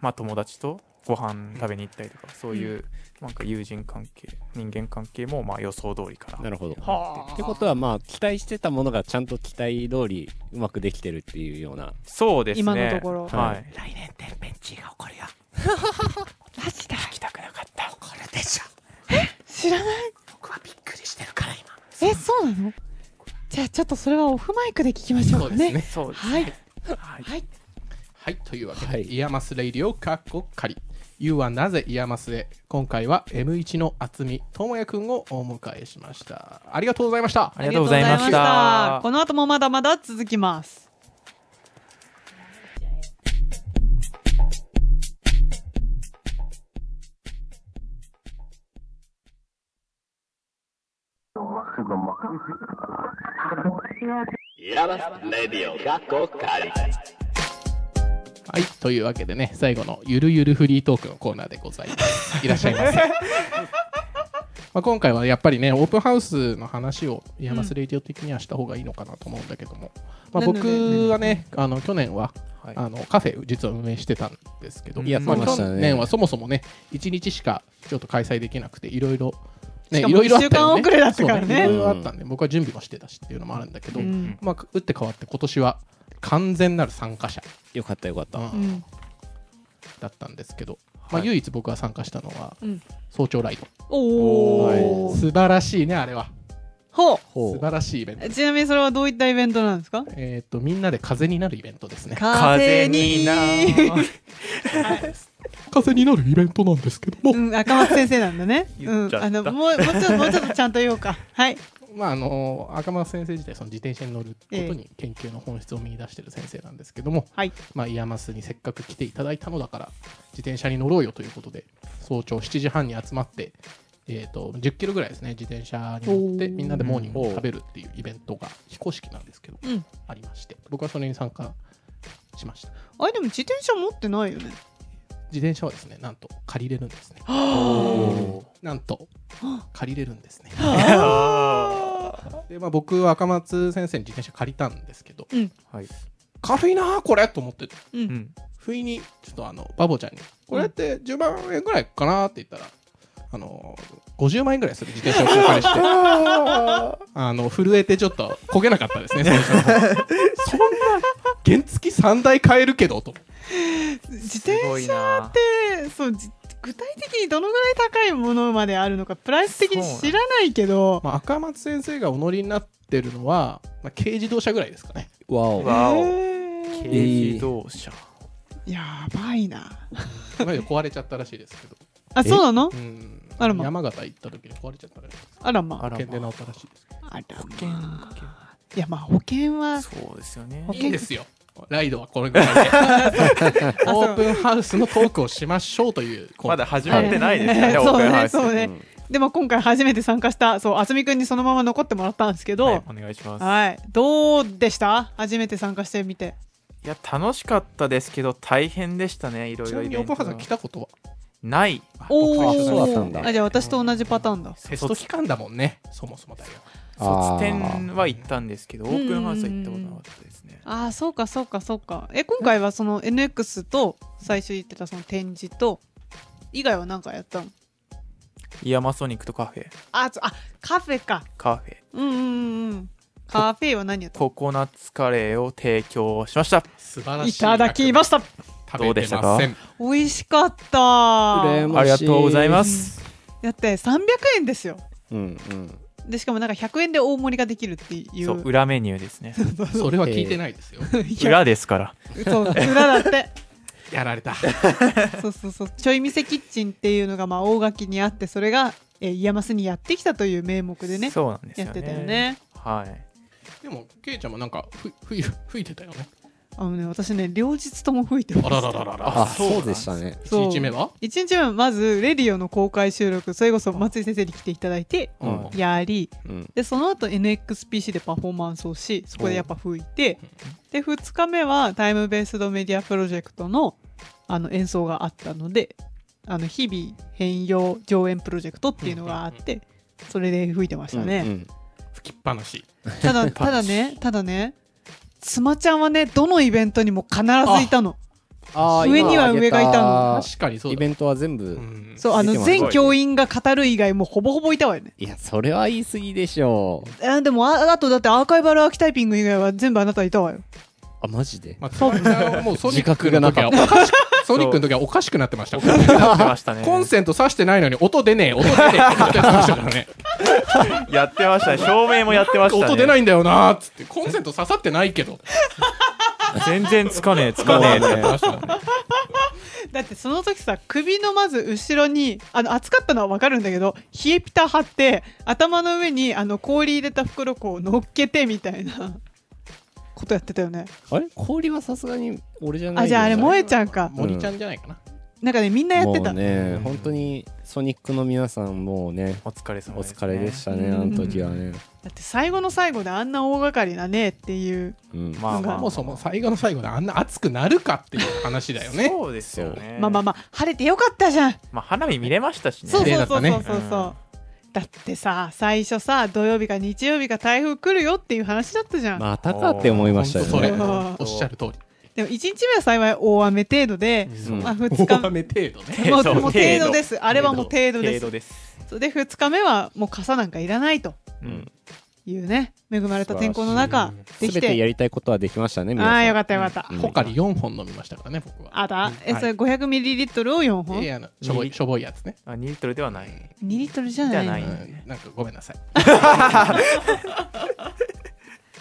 Speaker 5: まあ、友達とご飯食べに行ったりとかそういうなんか友人関係人間関係もまあ予想通りかな
Speaker 4: なるほど
Speaker 5: は
Speaker 4: ってことはまあ期待してたものがちゃんと期待通りうまくできてるっていうような
Speaker 5: そうですね
Speaker 3: 今のところ
Speaker 5: はい、
Speaker 4: 来年天変地異が起こるよ
Speaker 3: マジだ
Speaker 4: 来たくなかった起こるでしょ
Speaker 3: 知らない
Speaker 4: 僕はびっくりしてるから今
Speaker 3: えそうなのじゃあちょっとそれはオフマイクで聞きまし
Speaker 2: そう
Speaker 3: ょ
Speaker 2: で
Speaker 3: うか
Speaker 2: すね
Speaker 3: ね
Speaker 5: そうです
Speaker 3: はい
Speaker 5: はい
Speaker 3: はい
Speaker 2: はいというわけで、
Speaker 4: はい
Speaker 2: イヤマスレイディオかっこ仮 You はなぜイヤマスへ今回は M1 の厚みともやくんをお迎えしましたありがとうございました
Speaker 5: ありがとうございま
Speaker 3: あ
Speaker 5: し
Speaker 3: りがとうございま
Speaker 5: た
Speaker 3: この後もまだまだ続きます
Speaker 1: ヤマスレディオかっこかり
Speaker 2: はいというわけでね最後のゆるゆるフリートークのコーナーでございますいらっしゃいませまあ今回はやっぱりねオープンハウスの話をイヤマスレイディオ的にはした方がいいのかなと思うんだけども、まあ、
Speaker 3: なんで
Speaker 2: 僕はねあの去年は
Speaker 5: はい
Speaker 2: あのカフェ実は運営してたんですけど、
Speaker 5: いや
Speaker 2: まあ
Speaker 5: そうで
Speaker 4: したね
Speaker 2: 去年はそもそもね1日しかちょっと開催できなくていろいろねい
Speaker 3: しかも
Speaker 2: ろいろあった
Speaker 3: 一週間
Speaker 2: よね
Speaker 3: 遅れだったからね
Speaker 2: そういろいろあったんで、僕は準備もしてたしっていうのもあるんだけど、
Speaker 3: うん
Speaker 2: まあ打って変わって今年は完全なる参加者、
Speaker 4: よかったよかった、
Speaker 2: うん
Speaker 3: うん
Speaker 2: だったんですけど、
Speaker 5: は
Speaker 2: まあ
Speaker 5: い
Speaker 2: 唯一僕が参加したのは
Speaker 3: うん
Speaker 2: 早朝ライド
Speaker 3: おお
Speaker 2: 素晴らしいねあれは
Speaker 3: ほ
Speaker 2: 素
Speaker 4: ほ
Speaker 2: 晴らしいイベント
Speaker 3: うちなみにそれはどういったイベントなんですか
Speaker 2: えっ、とみんなで風になるイベントですね
Speaker 5: 風にな
Speaker 2: 風になるイベントなんですけども
Speaker 3: うん、赤松先生なんだね。う
Speaker 5: 言っ
Speaker 3: ん、
Speaker 5: ちゃった
Speaker 3: あの、もう、もうちょっと、もうちょっとちゃんと言おうか。 はい。
Speaker 2: まああの赤松先生自体その自転車に乗ること
Speaker 3: ええ
Speaker 2: に研究の本質を見出してる先生なんですけども、
Speaker 3: はい。
Speaker 2: まあ、イヤマスにせっかく来ていただいたのだから自転車に乗ろうよということで早朝7時半に集まって、えー、と10キロぐらいですね自転車に乗って
Speaker 3: おー
Speaker 2: みんなでモーニングを食べるっていうイベントが非公式なんですけど、
Speaker 3: うん
Speaker 2: ありまして僕はそれに参加しました
Speaker 3: あれ、でも自転車持ってないよね。
Speaker 2: 自転車はですねなんと借りれるんですねなんと借りれるんですねで、まあ、僕は赤松先生に自転車借りたんですけど
Speaker 5: はい、
Speaker 2: 軽いなあこれと思って
Speaker 3: う。
Speaker 5: うんん、
Speaker 2: 不意にちょっとあのバボちゃんに「これって10万円ぐらいかな?」って言ったら。あの50万円ぐらいする自転車を紹介して あの震えてちょっと焦げなかったですね最初の方そんな原付3台買えるけどと
Speaker 3: 自
Speaker 5: す
Speaker 3: 転
Speaker 5: ごい
Speaker 3: 車
Speaker 5: な
Speaker 3: って、そう、じ具体的にどのぐらい高いものまであるのか、プライス的に知らないけど、
Speaker 2: まあ、赤松先生がお乗りになってるのは、まあ、軽自動車ぐらいですかね
Speaker 4: うわお
Speaker 5: わお
Speaker 3: へ
Speaker 5: 軽
Speaker 3: ー
Speaker 5: 自動車
Speaker 3: やばいな。
Speaker 2: 今まで壊れちゃったらしいですけど
Speaker 3: あ、そうなの
Speaker 2: うん
Speaker 3: あらま
Speaker 2: 山形行った時に壊れちゃったらしいです
Speaker 3: あらま。
Speaker 5: あら
Speaker 2: 保険で
Speaker 5: ま
Speaker 2: 直ったらしいですけ
Speaker 3: あら
Speaker 5: 保険
Speaker 3: ま。
Speaker 5: 保険
Speaker 3: いや、まあ、保険は、
Speaker 5: そうですよね
Speaker 2: ど
Speaker 3: 保険
Speaker 2: いいんですよライドはこれぐらいでオープンハウスのトークをしましょうというコーナー
Speaker 5: まだ始まってないですよね、
Speaker 3: はい
Speaker 5: オープンハウス。
Speaker 3: そうね、そうね。でも今回初めて参加したそう渥美くんにそのまま残ってもらったんですけど、
Speaker 5: は
Speaker 3: はいい、
Speaker 5: お願いします、
Speaker 3: どうでした初めて参加してみて
Speaker 5: いや楽しかったですけど大変でしたねいろい
Speaker 2: ち
Speaker 5: ろ
Speaker 2: な
Speaker 5: イ
Speaker 2: みに
Speaker 5: ベント
Speaker 2: 横
Speaker 5: が
Speaker 2: 浜さん来たことは
Speaker 5: ない
Speaker 2: あ
Speaker 3: おー
Speaker 2: 僕と一緒
Speaker 4: そうだったんだ
Speaker 3: あじゃあ私と同じパターンだ
Speaker 2: テスト期間だもんねそもそもだよ
Speaker 4: あ
Speaker 5: 卒
Speaker 4: ー
Speaker 5: 展は行ったんですけどオープンハウスは行ったことなかったですね
Speaker 3: ああそうかそうかそうかえ今回はその NX と最初言ってたその展示と以外は何かやったの
Speaker 5: イヤマソニックとカフェ
Speaker 3: あつあカフェか
Speaker 5: カフェ
Speaker 3: うんうんうんうんカフェは何やった
Speaker 5: ココナッツカレーを提供しました
Speaker 2: 素晴らし
Speaker 3: い
Speaker 2: い
Speaker 3: ただきました
Speaker 2: 食べてません
Speaker 3: 美味しかった
Speaker 4: 羨まし
Speaker 5: ありがとうございます
Speaker 3: だって300円ですよ
Speaker 4: うんうん
Speaker 3: でしかもなんか100円で大盛りができるっていう
Speaker 5: そう裏メニューですね
Speaker 2: それは聞いてないですよ
Speaker 5: 裏ですから
Speaker 3: そう裏だって
Speaker 2: やられた
Speaker 3: そうそうそうちょい店キッチンっていうのがまあ大垣にあってそれが、えー、イヤマスにやってきたという名目でね
Speaker 5: そうなんですよ
Speaker 3: や
Speaker 5: ね
Speaker 3: ってたよね
Speaker 5: はい
Speaker 2: でもケイちゃんもなんかふふ吹いてたよね
Speaker 3: あのね私ね両日とも吹いてます
Speaker 2: あららららら
Speaker 4: あそうでしたね
Speaker 3: そう
Speaker 2: 1日目は
Speaker 3: 1日目はまずレディオの公開収録それこそ松井先生に来ていただいて
Speaker 4: うん
Speaker 5: はい
Speaker 3: やり
Speaker 4: うん
Speaker 3: でその後 NXPC でパフォーマンスをしそこでやっぱ吹いてで2日目はタイムベースドメディアプロジェクトのあの演奏があったのであの日々変容上演プロジェクトっていうのがあってそれで吹いてましたね、
Speaker 4: うん
Speaker 2: 吹きっぱなした
Speaker 3: だただねただね妻ちゃんはねどのイベントにも必ずいたの
Speaker 4: あー
Speaker 3: 上には上がいたの
Speaker 4: 今あげ
Speaker 2: 確かにそう
Speaker 4: イ
Speaker 2: だ
Speaker 4: ベントは全部、
Speaker 2: うん
Speaker 3: そうあの
Speaker 4: 出てますね
Speaker 3: 全教員が語る以外もうほぼほぼいたわよね
Speaker 4: いやそれは言い過ぎでしょう
Speaker 3: えーでもああとだってアーカイバルアーキタイピング以外は全部あなたいたわよ
Speaker 4: あマジで
Speaker 2: まあ、つまみさんはもうソニックの時はお
Speaker 4: 自
Speaker 2: かしソニックの時はおかしくなってましたからね
Speaker 5: やってましたね
Speaker 2: コンセント挿してないのに音出ねえ音出ねえって言ってましたからね
Speaker 5: やってましたね照明もやってましたね
Speaker 2: 音出ないんだよなーっつってコンセント刺さってないけど
Speaker 5: 全然つかねえつかねえって
Speaker 2: ましたね
Speaker 3: だってその時さ首のまず後ろにあの暑かったのは分かるんだけど冷えピタ貼って頭の上にあの氷入れた袋こう乗っけてみたいなことやってたよね
Speaker 4: あれ氷はさすがに俺じゃない
Speaker 3: あじゃああれ
Speaker 4: も
Speaker 3: 萌えちゃんか
Speaker 2: 森ちゃんじゃないかな、
Speaker 3: なんかねみんなやってた
Speaker 4: もうね
Speaker 5: うん
Speaker 4: 本当にソニックの皆さんもうね
Speaker 5: お疲れ様
Speaker 4: お
Speaker 5: です、ね、
Speaker 4: 疲れでしたね
Speaker 3: うん
Speaker 4: あの時はね
Speaker 3: だって最後の最後であんな大掛かりなねっていう
Speaker 4: うん
Speaker 5: まあまあ
Speaker 2: そもそも最後の最後であんな熱くなるかっていう話だよね
Speaker 5: そうですよね
Speaker 3: まあま
Speaker 5: ま
Speaker 3: あまあ晴れてよかったじゃん
Speaker 5: あ、花火見れましたしね
Speaker 3: そう
Speaker 2: 綺麗だった
Speaker 3: そうそう
Speaker 2: ね
Speaker 3: そうそうそうだってさ最初さ土曜日か日曜日か台風来るよっていう話だったじゃん、
Speaker 4: またかって思い
Speaker 2: 本
Speaker 4: ました
Speaker 2: 当
Speaker 4: よ
Speaker 2: それ
Speaker 4: ね
Speaker 2: おっしゃる通り
Speaker 3: でも1日目は幸い大雨程度で、
Speaker 4: うん
Speaker 3: まあ、2日
Speaker 2: 大
Speaker 3: 目
Speaker 2: 雨程度
Speaker 5: 程
Speaker 2: ね
Speaker 3: もう
Speaker 5: 度
Speaker 3: もう程度ですあれはもう程度
Speaker 5: 程
Speaker 3: です
Speaker 5: 度です、
Speaker 3: そうで2日目はもう傘なんかいらないと
Speaker 5: うん、
Speaker 3: いうね恵まれた天候の中で
Speaker 4: 全
Speaker 3: き
Speaker 4: てや
Speaker 3: て
Speaker 4: りたいことはできましたね皆さん
Speaker 3: ああよかったよかった、
Speaker 4: うん
Speaker 2: ポカリ4本飲みましたからね僕は
Speaker 3: あだ、え
Speaker 2: はい
Speaker 3: それ 500ml を4本、
Speaker 2: ええあのしょぼいしょぼいやつね
Speaker 5: あ2リットルではない
Speaker 3: 2リットルじゃないの
Speaker 5: じゃないうね
Speaker 2: んなんかごめんなさい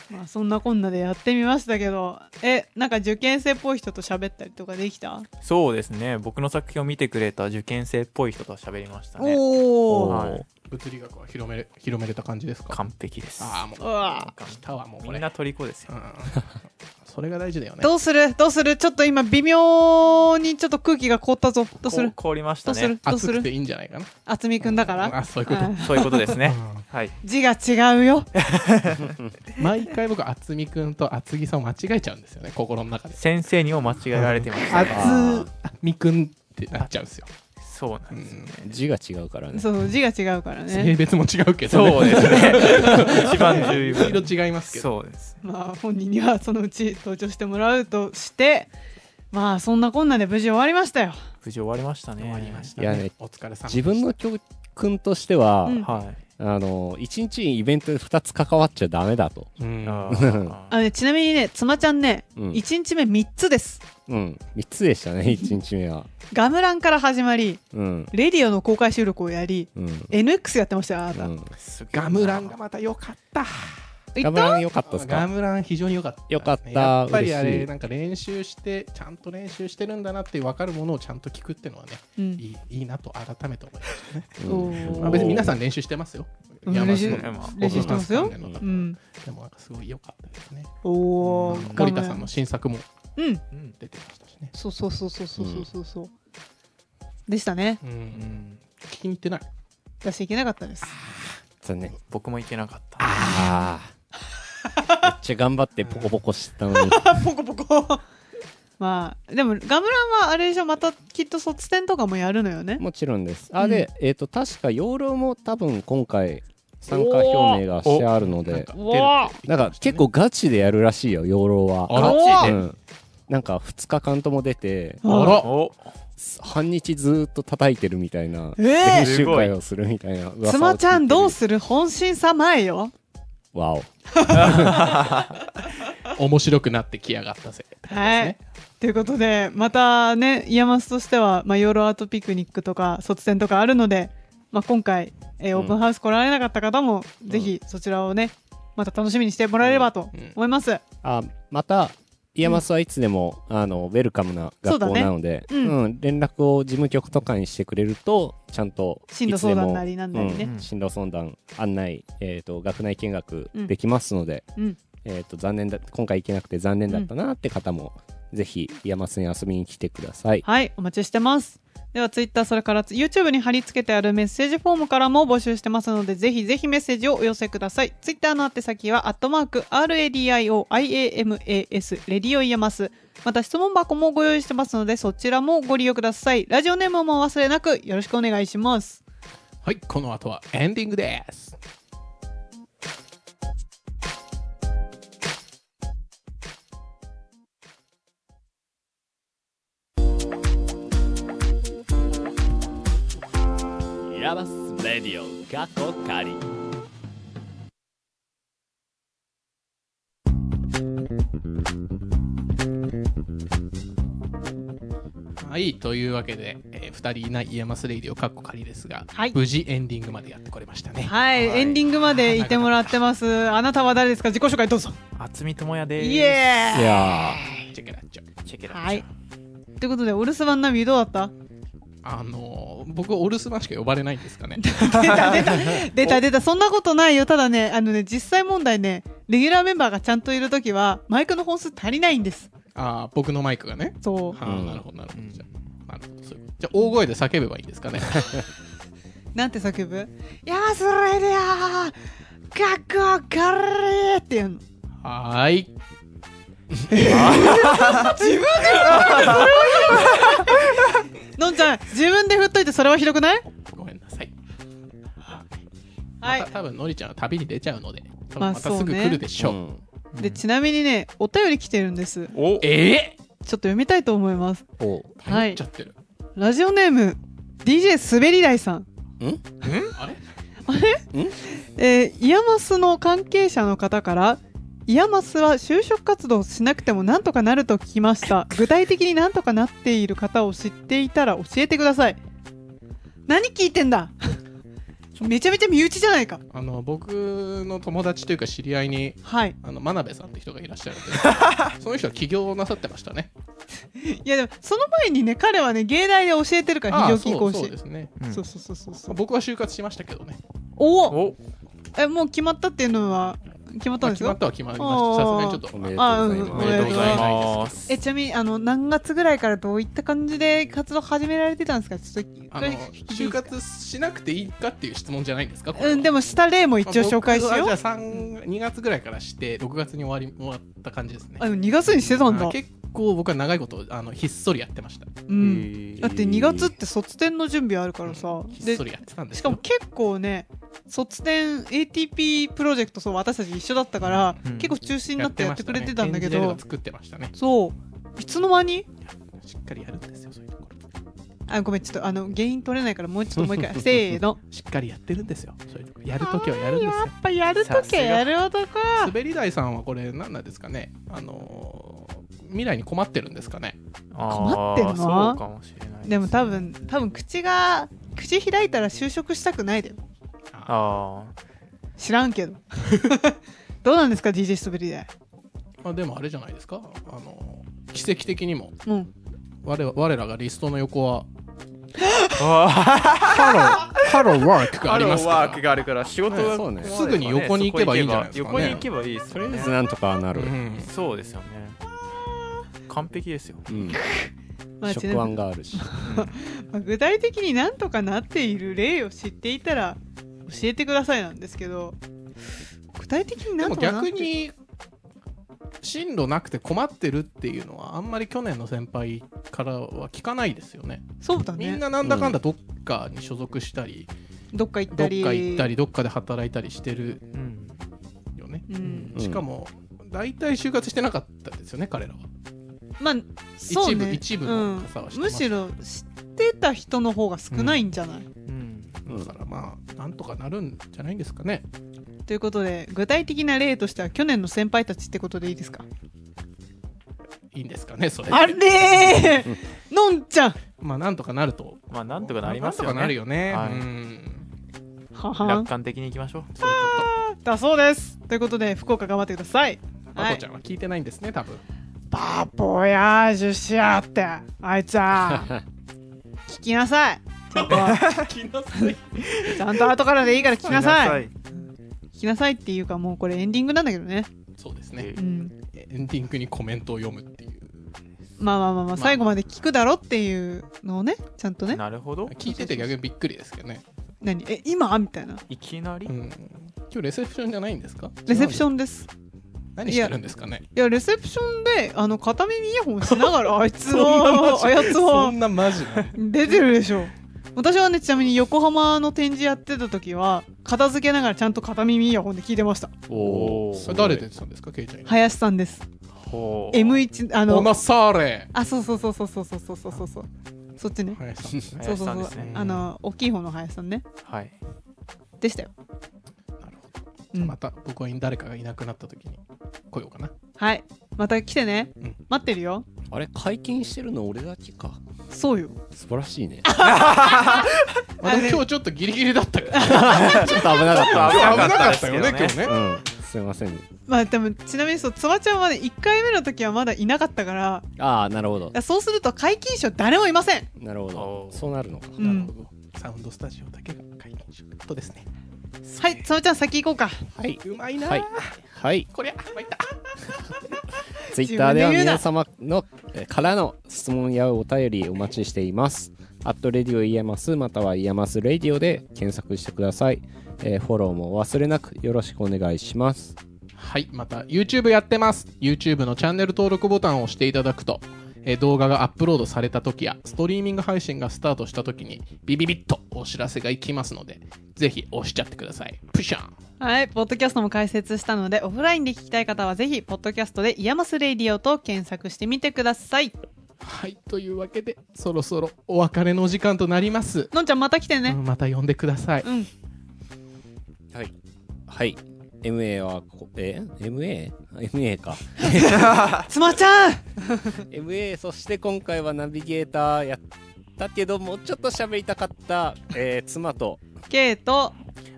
Speaker 3: まあ、そんなこんなでやってみましたけどえなんか受験生っぽい人と喋ったりとかできた、
Speaker 5: そうですね僕の作品を見てくれた受験生っぽい人と喋りましたね
Speaker 3: おお
Speaker 5: はい
Speaker 2: 物理学は広めれ広めれた感じですか
Speaker 5: 完璧です
Speaker 2: ああも
Speaker 3: う
Speaker 2: う
Speaker 3: わ
Speaker 2: 来たわもうこ
Speaker 5: み
Speaker 2: れ
Speaker 5: んな虜ですよ
Speaker 2: うんそれが大事だよね
Speaker 3: どうするどうするちょっと今微妙にちょっと空気が凍ったぞどうする
Speaker 5: こ凍りまし
Speaker 3: ど
Speaker 5: た
Speaker 3: うする
Speaker 5: ね
Speaker 3: どうす
Speaker 2: 熱くて
Speaker 3: る
Speaker 2: いいんじゃないかな
Speaker 3: 渥美君だか
Speaker 2: うん
Speaker 3: ら
Speaker 2: あそういうこと
Speaker 3: ん
Speaker 5: そういうことですねはい
Speaker 3: 字が違うよ
Speaker 2: 毎回僕渥美君と厚木さんを間違えちゃうんですよね心の中で
Speaker 5: 先生にも間違えられてましたね
Speaker 2: 厚美君ってなっちゃうんですよ、
Speaker 5: そうなんですよね
Speaker 4: 字が違うからね
Speaker 3: そう字が違うから
Speaker 2: 性
Speaker 3: ね
Speaker 2: 別も違うけど、ね、
Speaker 5: そうですね一番重
Speaker 2: いろ
Speaker 5: 要
Speaker 2: いろ違いますけど
Speaker 5: そうです
Speaker 3: まあ本人にはそのうち登場してもらうとしてまあそんなこんなで無事終わりましたよ
Speaker 5: 無事終わりましたね
Speaker 2: 終わりました
Speaker 4: いや
Speaker 2: ね
Speaker 4: ね
Speaker 2: お疲れ様でした
Speaker 4: 自分の教訓としては、
Speaker 3: うん
Speaker 5: は
Speaker 4: あの一日にイベントで2つ関わっちゃダメだと、
Speaker 2: うん
Speaker 5: いあー
Speaker 3: あのねちなみにね妻ちゃんね、
Speaker 4: うん
Speaker 3: 一1日目3つです
Speaker 4: うん、3つでしたね1日目は
Speaker 3: ガムランから始まり
Speaker 4: うん
Speaker 3: レディオの公開収録をやり
Speaker 4: うん
Speaker 3: NX やってましたよあなた、
Speaker 4: うん
Speaker 5: すげえな
Speaker 2: ガムランがまた良かった
Speaker 3: い
Speaker 4: ガム
Speaker 3: た
Speaker 4: ラン良かったです
Speaker 2: ガ
Speaker 4: か
Speaker 2: ムラン非常に良かったですね、
Speaker 4: 良かった
Speaker 2: やっぱりあ
Speaker 4: 嬉し
Speaker 2: れ
Speaker 4: い
Speaker 2: なんか練習してちゃんと練習してるんだなって分かるものをちゃんと聞くっていうのはね
Speaker 3: うん
Speaker 2: いいいいなと改めて思いましたね、
Speaker 4: うん
Speaker 3: おー
Speaker 2: まあ、別に皆さん練習してますよ
Speaker 3: うん
Speaker 2: 山下
Speaker 3: 練
Speaker 5: 習
Speaker 2: の
Speaker 5: 練習
Speaker 3: してますよ
Speaker 2: オフマンス関連の
Speaker 3: う
Speaker 2: 方
Speaker 3: ん
Speaker 2: でもなんかすごい良かったですね
Speaker 3: おお、
Speaker 2: 森田さんの新作も
Speaker 3: うん
Speaker 5: うん
Speaker 2: 出てましたしね、
Speaker 3: そうそうそうそうそうそうそうそうでしたね
Speaker 2: う、
Speaker 5: うんん
Speaker 2: 聞きに行ってない
Speaker 3: 私行けなかったです
Speaker 4: 残念
Speaker 5: 僕も行けなかった
Speaker 4: ああめっちゃ頑張ってポコポコしてたのに
Speaker 3: あポコポコまあでもガムランはあれでしょまたきっと卒展とかもやるのよね
Speaker 4: もちろんですあで、えっ、と確か養老も多分今回参加表明がしてあるの
Speaker 2: なん
Speaker 4: で
Speaker 2: か
Speaker 4: なんか結構ガチでやるらしいよ養老は
Speaker 2: あ
Speaker 3: ら
Speaker 2: ら
Speaker 4: うん、なんか2日間とも出て
Speaker 2: あら
Speaker 5: お
Speaker 4: 半日ずーっと叩いてるみたいな、
Speaker 3: ええ
Speaker 4: 練習会をするみたいな噂を聞いてる
Speaker 3: つまちゃんどうする本心さ前よ
Speaker 4: わお
Speaker 2: 面白くなってきやがったぜ。
Speaker 3: はい。ということで、またね、イヤマスとしては、まあ、ヨーロアートピクニックとか、卒展とかあるので、まあ、今回、えー
Speaker 4: うん
Speaker 3: オープンハウス来られなかった方も、ぜひそちらをね、また楽しみにしてもらえればと
Speaker 2: うん
Speaker 3: 思います。
Speaker 4: あまたイヤマスはいつでも、あのウェルカムな
Speaker 3: そう
Speaker 4: 学
Speaker 3: だ
Speaker 4: 校
Speaker 3: ね
Speaker 4: なので
Speaker 3: うん
Speaker 4: ん連絡を事務局とかにしてくれるとちゃんと
Speaker 3: 進路
Speaker 4: いつでも
Speaker 3: 相談なりなんなりね
Speaker 4: うん進路相談案内、えー、と学内見学
Speaker 3: うん
Speaker 4: できますので、
Speaker 3: うん
Speaker 4: えー、と残念だ今回行けなくて残念だったなって方も、ぜひイヤマスに遊びに来てください。
Speaker 3: はい、お待ちしてます。では、ツイッター、それから YouTube に貼り付けてあるメッセージフォームからも募集してますので、ぜひぜひメッセージをお寄せください。ツイッターの宛先は、アットマーク、RADIOIAMAS、レディオイヤマス。また、質問箱もご用意してますので、そちらもご利用ください。ラジオネームも忘れなく、よろしくお願いします。
Speaker 2: はい、この後はエンディングです。
Speaker 1: ヤマスレディオ過去仮
Speaker 2: はい、というわけで、え2人いないイヤマスレイディオカッコ仮ですが、
Speaker 3: はい
Speaker 2: 無事エンディングまでやってこれましたね。
Speaker 3: はい、エンディングまでいてもらってます。あなたは誰ですか自己紹介どうぞ。
Speaker 5: 渥美智也です
Speaker 3: イエ
Speaker 4: い
Speaker 3: ーイ
Speaker 4: や
Speaker 2: チェックラッチョ
Speaker 5: チェケラ
Speaker 3: はい。ということで、オルスワンナビどうだった
Speaker 2: あのー僕オルスマンしか呼ばれないんです かね。
Speaker 3: 出た出た出た出たそんなことないよただねあのね実際問題ねレギュラーメンバーがちゃんといるときはマイクの本数足りないんです
Speaker 2: ああ僕のマイクがね。
Speaker 3: そ
Speaker 2: はあ、
Speaker 4: うん
Speaker 2: なるほどなるほど。
Speaker 5: うん
Speaker 2: じゃあなるほどそういうことじゃあ大声で叫べばいいんですか ね。
Speaker 3: うなんて叫ぶ「やばすれりゃーかっこかれー」って言うの
Speaker 2: はーい。
Speaker 3: のんちゃん自分で振っといてそれはひどくない
Speaker 2: ごめんなさい。
Speaker 3: は
Speaker 2: また
Speaker 3: い
Speaker 2: 多分のりちゃんは旅に出ちゃうので、多分
Speaker 3: まあ
Speaker 2: またすぐ来るでし
Speaker 4: ー、
Speaker 2: ょ
Speaker 4: う
Speaker 2: う。
Speaker 4: ん
Speaker 3: でちなみにねお便り来てるんですちょっ
Speaker 5: お
Speaker 2: え
Speaker 3: と読みたいと思います
Speaker 4: お
Speaker 2: ー、
Speaker 3: は
Speaker 4: う
Speaker 3: い
Speaker 2: 入っちゃってる。
Speaker 3: ラジオネーム DJ 滑り台さん
Speaker 2: あれ
Speaker 3: えーイヤマスの関係者の方からイヤマスは就職活動しなくてもなんとかなると聞きました具体的になんとかなっている方を知っていたら教えてください何聞いてんだ めちゃめちゃ身内じゃないか
Speaker 2: あの僕の友達というか知り合いに
Speaker 3: はい
Speaker 2: あの真鍋さんって人がいらっしゃるん でその人は起業をなさってましたね
Speaker 3: いやでもその前にね彼はね芸大で教えてるから
Speaker 2: あ
Speaker 3: 非
Speaker 2: あ
Speaker 3: 常
Speaker 2: そ
Speaker 3: 勤
Speaker 2: う
Speaker 3: 講
Speaker 2: そう
Speaker 3: 師
Speaker 2: ですね、
Speaker 5: うん
Speaker 3: そうそうそうそうそ
Speaker 2: まあ
Speaker 3: う
Speaker 2: 僕は就活しましたけどね、
Speaker 3: おお
Speaker 5: お
Speaker 3: えもう決まったっていうのは決まった
Speaker 2: まあ
Speaker 3: んです
Speaker 2: 決ま
Speaker 3: か
Speaker 2: ったは決まりま
Speaker 3: あ
Speaker 2: し
Speaker 3: あ
Speaker 2: たさすがにちょっと
Speaker 4: おめで
Speaker 2: ま
Speaker 4: とうござ
Speaker 5: おめで
Speaker 3: あ
Speaker 4: います
Speaker 5: とうございます
Speaker 3: えちなみにあの何月ぐらいからどういった感じで活動始められてたんですかちょっと
Speaker 2: あ
Speaker 3: これ
Speaker 2: の
Speaker 3: 聞いていいです
Speaker 2: 就
Speaker 3: か
Speaker 2: 活しなくていいかっていう質問じゃないんですか
Speaker 3: うん、で
Speaker 2: も
Speaker 3: もした例も一応紹介しよ
Speaker 2: じゃ
Speaker 3: う。
Speaker 2: あ3 2月ぐらいからして6月に終わり終わった感じですね
Speaker 3: あ、でも2月にしてたん
Speaker 2: あ
Speaker 3: だ。
Speaker 2: 結構僕は長いことあのひっそりやってました
Speaker 3: うん。だって2月って卒展の準備あるからさ。
Speaker 2: ひっ
Speaker 3: で
Speaker 2: そ、りやってたんです
Speaker 3: し
Speaker 2: け
Speaker 3: かも
Speaker 2: ど
Speaker 3: 結構ね、卒展 ATP プロジェクトそう私たち一緒だったから、
Speaker 5: うん
Speaker 3: 結構中心になってやってくれてたんだけ
Speaker 2: やって
Speaker 3: ど
Speaker 2: ま、したねエンジニアとか作ってましたね
Speaker 3: そう。いつの間に
Speaker 2: しっかりやるんですよそういうところ
Speaker 3: あ、ごめん、ちょっとあの、原因取れないからもうちょっともう一 回、せーの。
Speaker 2: しっかりやってるんですよそういうとこやるときはやるんですよ
Speaker 3: あーやっぱやるときはやる男。
Speaker 2: 滑り台さんはこれ何なんですかねあのー未来に困ってるんですかね
Speaker 3: 困ってる
Speaker 5: あ
Speaker 3: な
Speaker 5: ーそうかもしれないす
Speaker 3: でも多分、多分口が、口開いたら就職したくないだよ。
Speaker 5: あ
Speaker 3: 知らんけ ど。どうなんですか、DJ ストベリーで。
Speaker 2: まあ、でもあれじゃないですかあのー奇跡的にも
Speaker 3: うん。
Speaker 2: 我我らがリストの横は
Speaker 5: ーあ
Speaker 2: ハローハローワーク
Speaker 5: ー
Speaker 2: があります
Speaker 5: ハローワ
Speaker 2: か
Speaker 5: ー
Speaker 2: ら
Speaker 5: クがあるから仕事
Speaker 4: ね
Speaker 5: が
Speaker 4: そうね
Speaker 5: ここまで
Speaker 2: すぐに横に行けばいいんじゃないですかね
Speaker 5: 横に行けばいいです
Speaker 4: と
Speaker 5: よ
Speaker 4: りあえ
Speaker 5: ね
Speaker 4: ずなんとかはなる、
Speaker 2: うん
Speaker 5: そうですよね完璧ですよ
Speaker 4: うん
Speaker 3: まあち
Speaker 4: 食
Speaker 3: なみに
Speaker 4: 案があるし
Speaker 3: まあ具体的になんとかなっている例を知っていたら教えてくださいなんですけど具体的に
Speaker 2: で
Speaker 3: なん
Speaker 2: も
Speaker 3: とかなって
Speaker 2: 逆に進路なくて困ってるっていうのはあんまり去年の先輩からは聞かないですよね
Speaker 3: そうだ
Speaker 2: み
Speaker 3: ね
Speaker 2: んななんだかんだどっかに所属したり、
Speaker 3: どっか行っ
Speaker 2: ど
Speaker 3: た
Speaker 2: っか
Speaker 3: り
Speaker 2: 行ったりどっかで働いたりしてる
Speaker 5: うん
Speaker 2: よね、
Speaker 3: うん、
Speaker 4: うん
Speaker 2: しかも大体就活してなかったですよね彼らは
Speaker 3: まあそうね
Speaker 2: 一部一部の傘はして
Speaker 3: む
Speaker 2: ました
Speaker 3: しろ知ってた人の方が少ないんじゃな
Speaker 5: う
Speaker 3: い、
Speaker 5: ん
Speaker 4: うん
Speaker 2: だからまあなんとかなるんじゃないんですかね
Speaker 3: ということで具体的な例としては去年の先輩たちってことでいいですか
Speaker 2: いいんですかねそれ
Speaker 3: あれーのんちゃん
Speaker 2: まあなんとかなると
Speaker 5: まあなんとかなりますよね
Speaker 2: なんとかなるよね、
Speaker 5: はい
Speaker 2: うん
Speaker 3: はは
Speaker 5: 楽
Speaker 3: ん
Speaker 5: 観的にいきましょう
Speaker 2: そういうこと
Speaker 3: だそうですということで福岡頑張ってください
Speaker 2: ま
Speaker 3: はい
Speaker 2: こちゃんは聞いてないんですね多分
Speaker 3: バボヤージュしやがってあいつは 聞きなさいちゃんと ちゃんと後からでいいから聞きなさ
Speaker 5: い
Speaker 3: い聞きなさいっていうかもうこれエンディングなんだけどね、
Speaker 2: そうです
Speaker 5: え
Speaker 2: ね
Speaker 5: ー
Speaker 3: うん、
Speaker 2: エンディングにコメントを読むっていう
Speaker 3: まあまあまあまあ最後まで聞くだろっていうのをねちゃんとね
Speaker 5: なるほど
Speaker 2: 聞いてて逆にびっくりですけどね、
Speaker 3: 何え今みたいない
Speaker 5: きなり、
Speaker 2: うん、今日レセプションじゃないんですか
Speaker 3: レセプシ
Speaker 2: ン
Speaker 3: ョンです
Speaker 2: 何してるんですかね
Speaker 3: いやレセプションであの片耳イヤホンしながらあいつ
Speaker 2: そんなマ
Speaker 3: の
Speaker 2: ジ
Speaker 3: あやつ
Speaker 2: そ
Speaker 3: は
Speaker 2: んなマジな
Speaker 3: 出てるでしょ私はねちなみに横浜の展示やってた時は片付けながらちゃんと片耳イヤホンで聞いてました
Speaker 5: お
Speaker 2: そ
Speaker 5: ー
Speaker 2: れ誰出てたんですかケイちゃんに
Speaker 3: 林さんです
Speaker 5: ほう
Speaker 3: M1 あ
Speaker 2: オナ
Speaker 3: の
Speaker 2: サーレ
Speaker 3: あそうそうそうそうそうそうそうそうそうそうそっちね
Speaker 2: 林さんですね
Speaker 3: そうそうそう、
Speaker 5: 林さんですね
Speaker 3: あの大きい方の林さんね
Speaker 5: はい
Speaker 3: でしたよ
Speaker 2: なるほど
Speaker 3: う
Speaker 2: じゃあ
Speaker 3: ん
Speaker 2: また僕は誰かがいなくなった時に来ようかな
Speaker 3: はいまた来てね、
Speaker 2: うん
Speaker 3: 待ってるよ
Speaker 4: あれ解禁してるの俺だけか
Speaker 3: そうよ
Speaker 4: 素晴らしいね
Speaker 2: まあ、でも今日ちょっとギリギリだったけど
Speaker 4: ちょっと危なかった
Speaker 5: 危
Speaker 4: で
Speaker 5: なか
Speaker 2: 危な
Speaker 5: った
Speaker 2: か
Speaker 5: で
Speaker 2: っ
Speaker 5: す
Speaker 2: た
Speaker 5: け
Speaker 2: よ
Speaker 5: ど
Speaker 2: ね
Speaker 5: ね
Speaker 2: 今日ね
Speaker 4: すうんすいません
Speaker 3: まあでもちなみにそうつばちゃんはね1回目の時はまだいなかったから
Speaker 4: ああなるほど
Speaker 3: そうすると解禁賞誰もいません
Speaker 4: なるほど
Speaker 5: おー
Speaker 4: そうなるのか
Speaker 3: うん
Speaker 2: なるほどサウンドスタジオだけが解禁しとですね
Speaker 3: はいつばちゃん先行こうか
Speaker 4: はいう
Speaker 2: まいな、
Speaker 4: はいはい
Speaker 2: こりゃ参った
Speaker 4: ツイッターでは皆様のえーからの質問やお便りお待ちしています。アットレディオイヤマスまたはイヤマスレディオで検索してください。えーフォローもお忘れなくよろしくお願いします。
Speaker 2: はい、また YouTube やってます。YouTube のチャンネル登録ボタンを押していただくと、えー動画がアップロードされた時や、ストリーミング配信がスタートした時に、ビビビッとお知らせがいきますので、ぜひ押しちゃってください。プシャン
Speaker 3: はい、ポッドキャストも開設したので、オフラインで聞きたい方はぜひ、ポッドキャストでイヤマスレディオと検索してみてください。
Speaker 2: はい、というわけで、そろそろお別れのお時間となります。
Speaker 3: のんちゃんまた来て
Speaker 2: う
Speaker 3: ね。
Speaker 2: んまた呼んでください。
Speaker 3: うん。
Speaker 4: はい。はい。MA はこ、え ?MA?MA か。
Speaker 3: つまちゃん
Speaker 4: MA、そして今回はナビゲーターやったけど、もうちょっと喋りたかった、えー妻と、
Speaker 3: ケイと、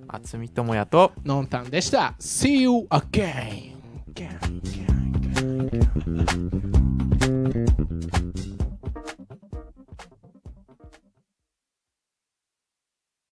Speaker 5: 渥美智也と
Speaker 2: のんたんでした。See you again!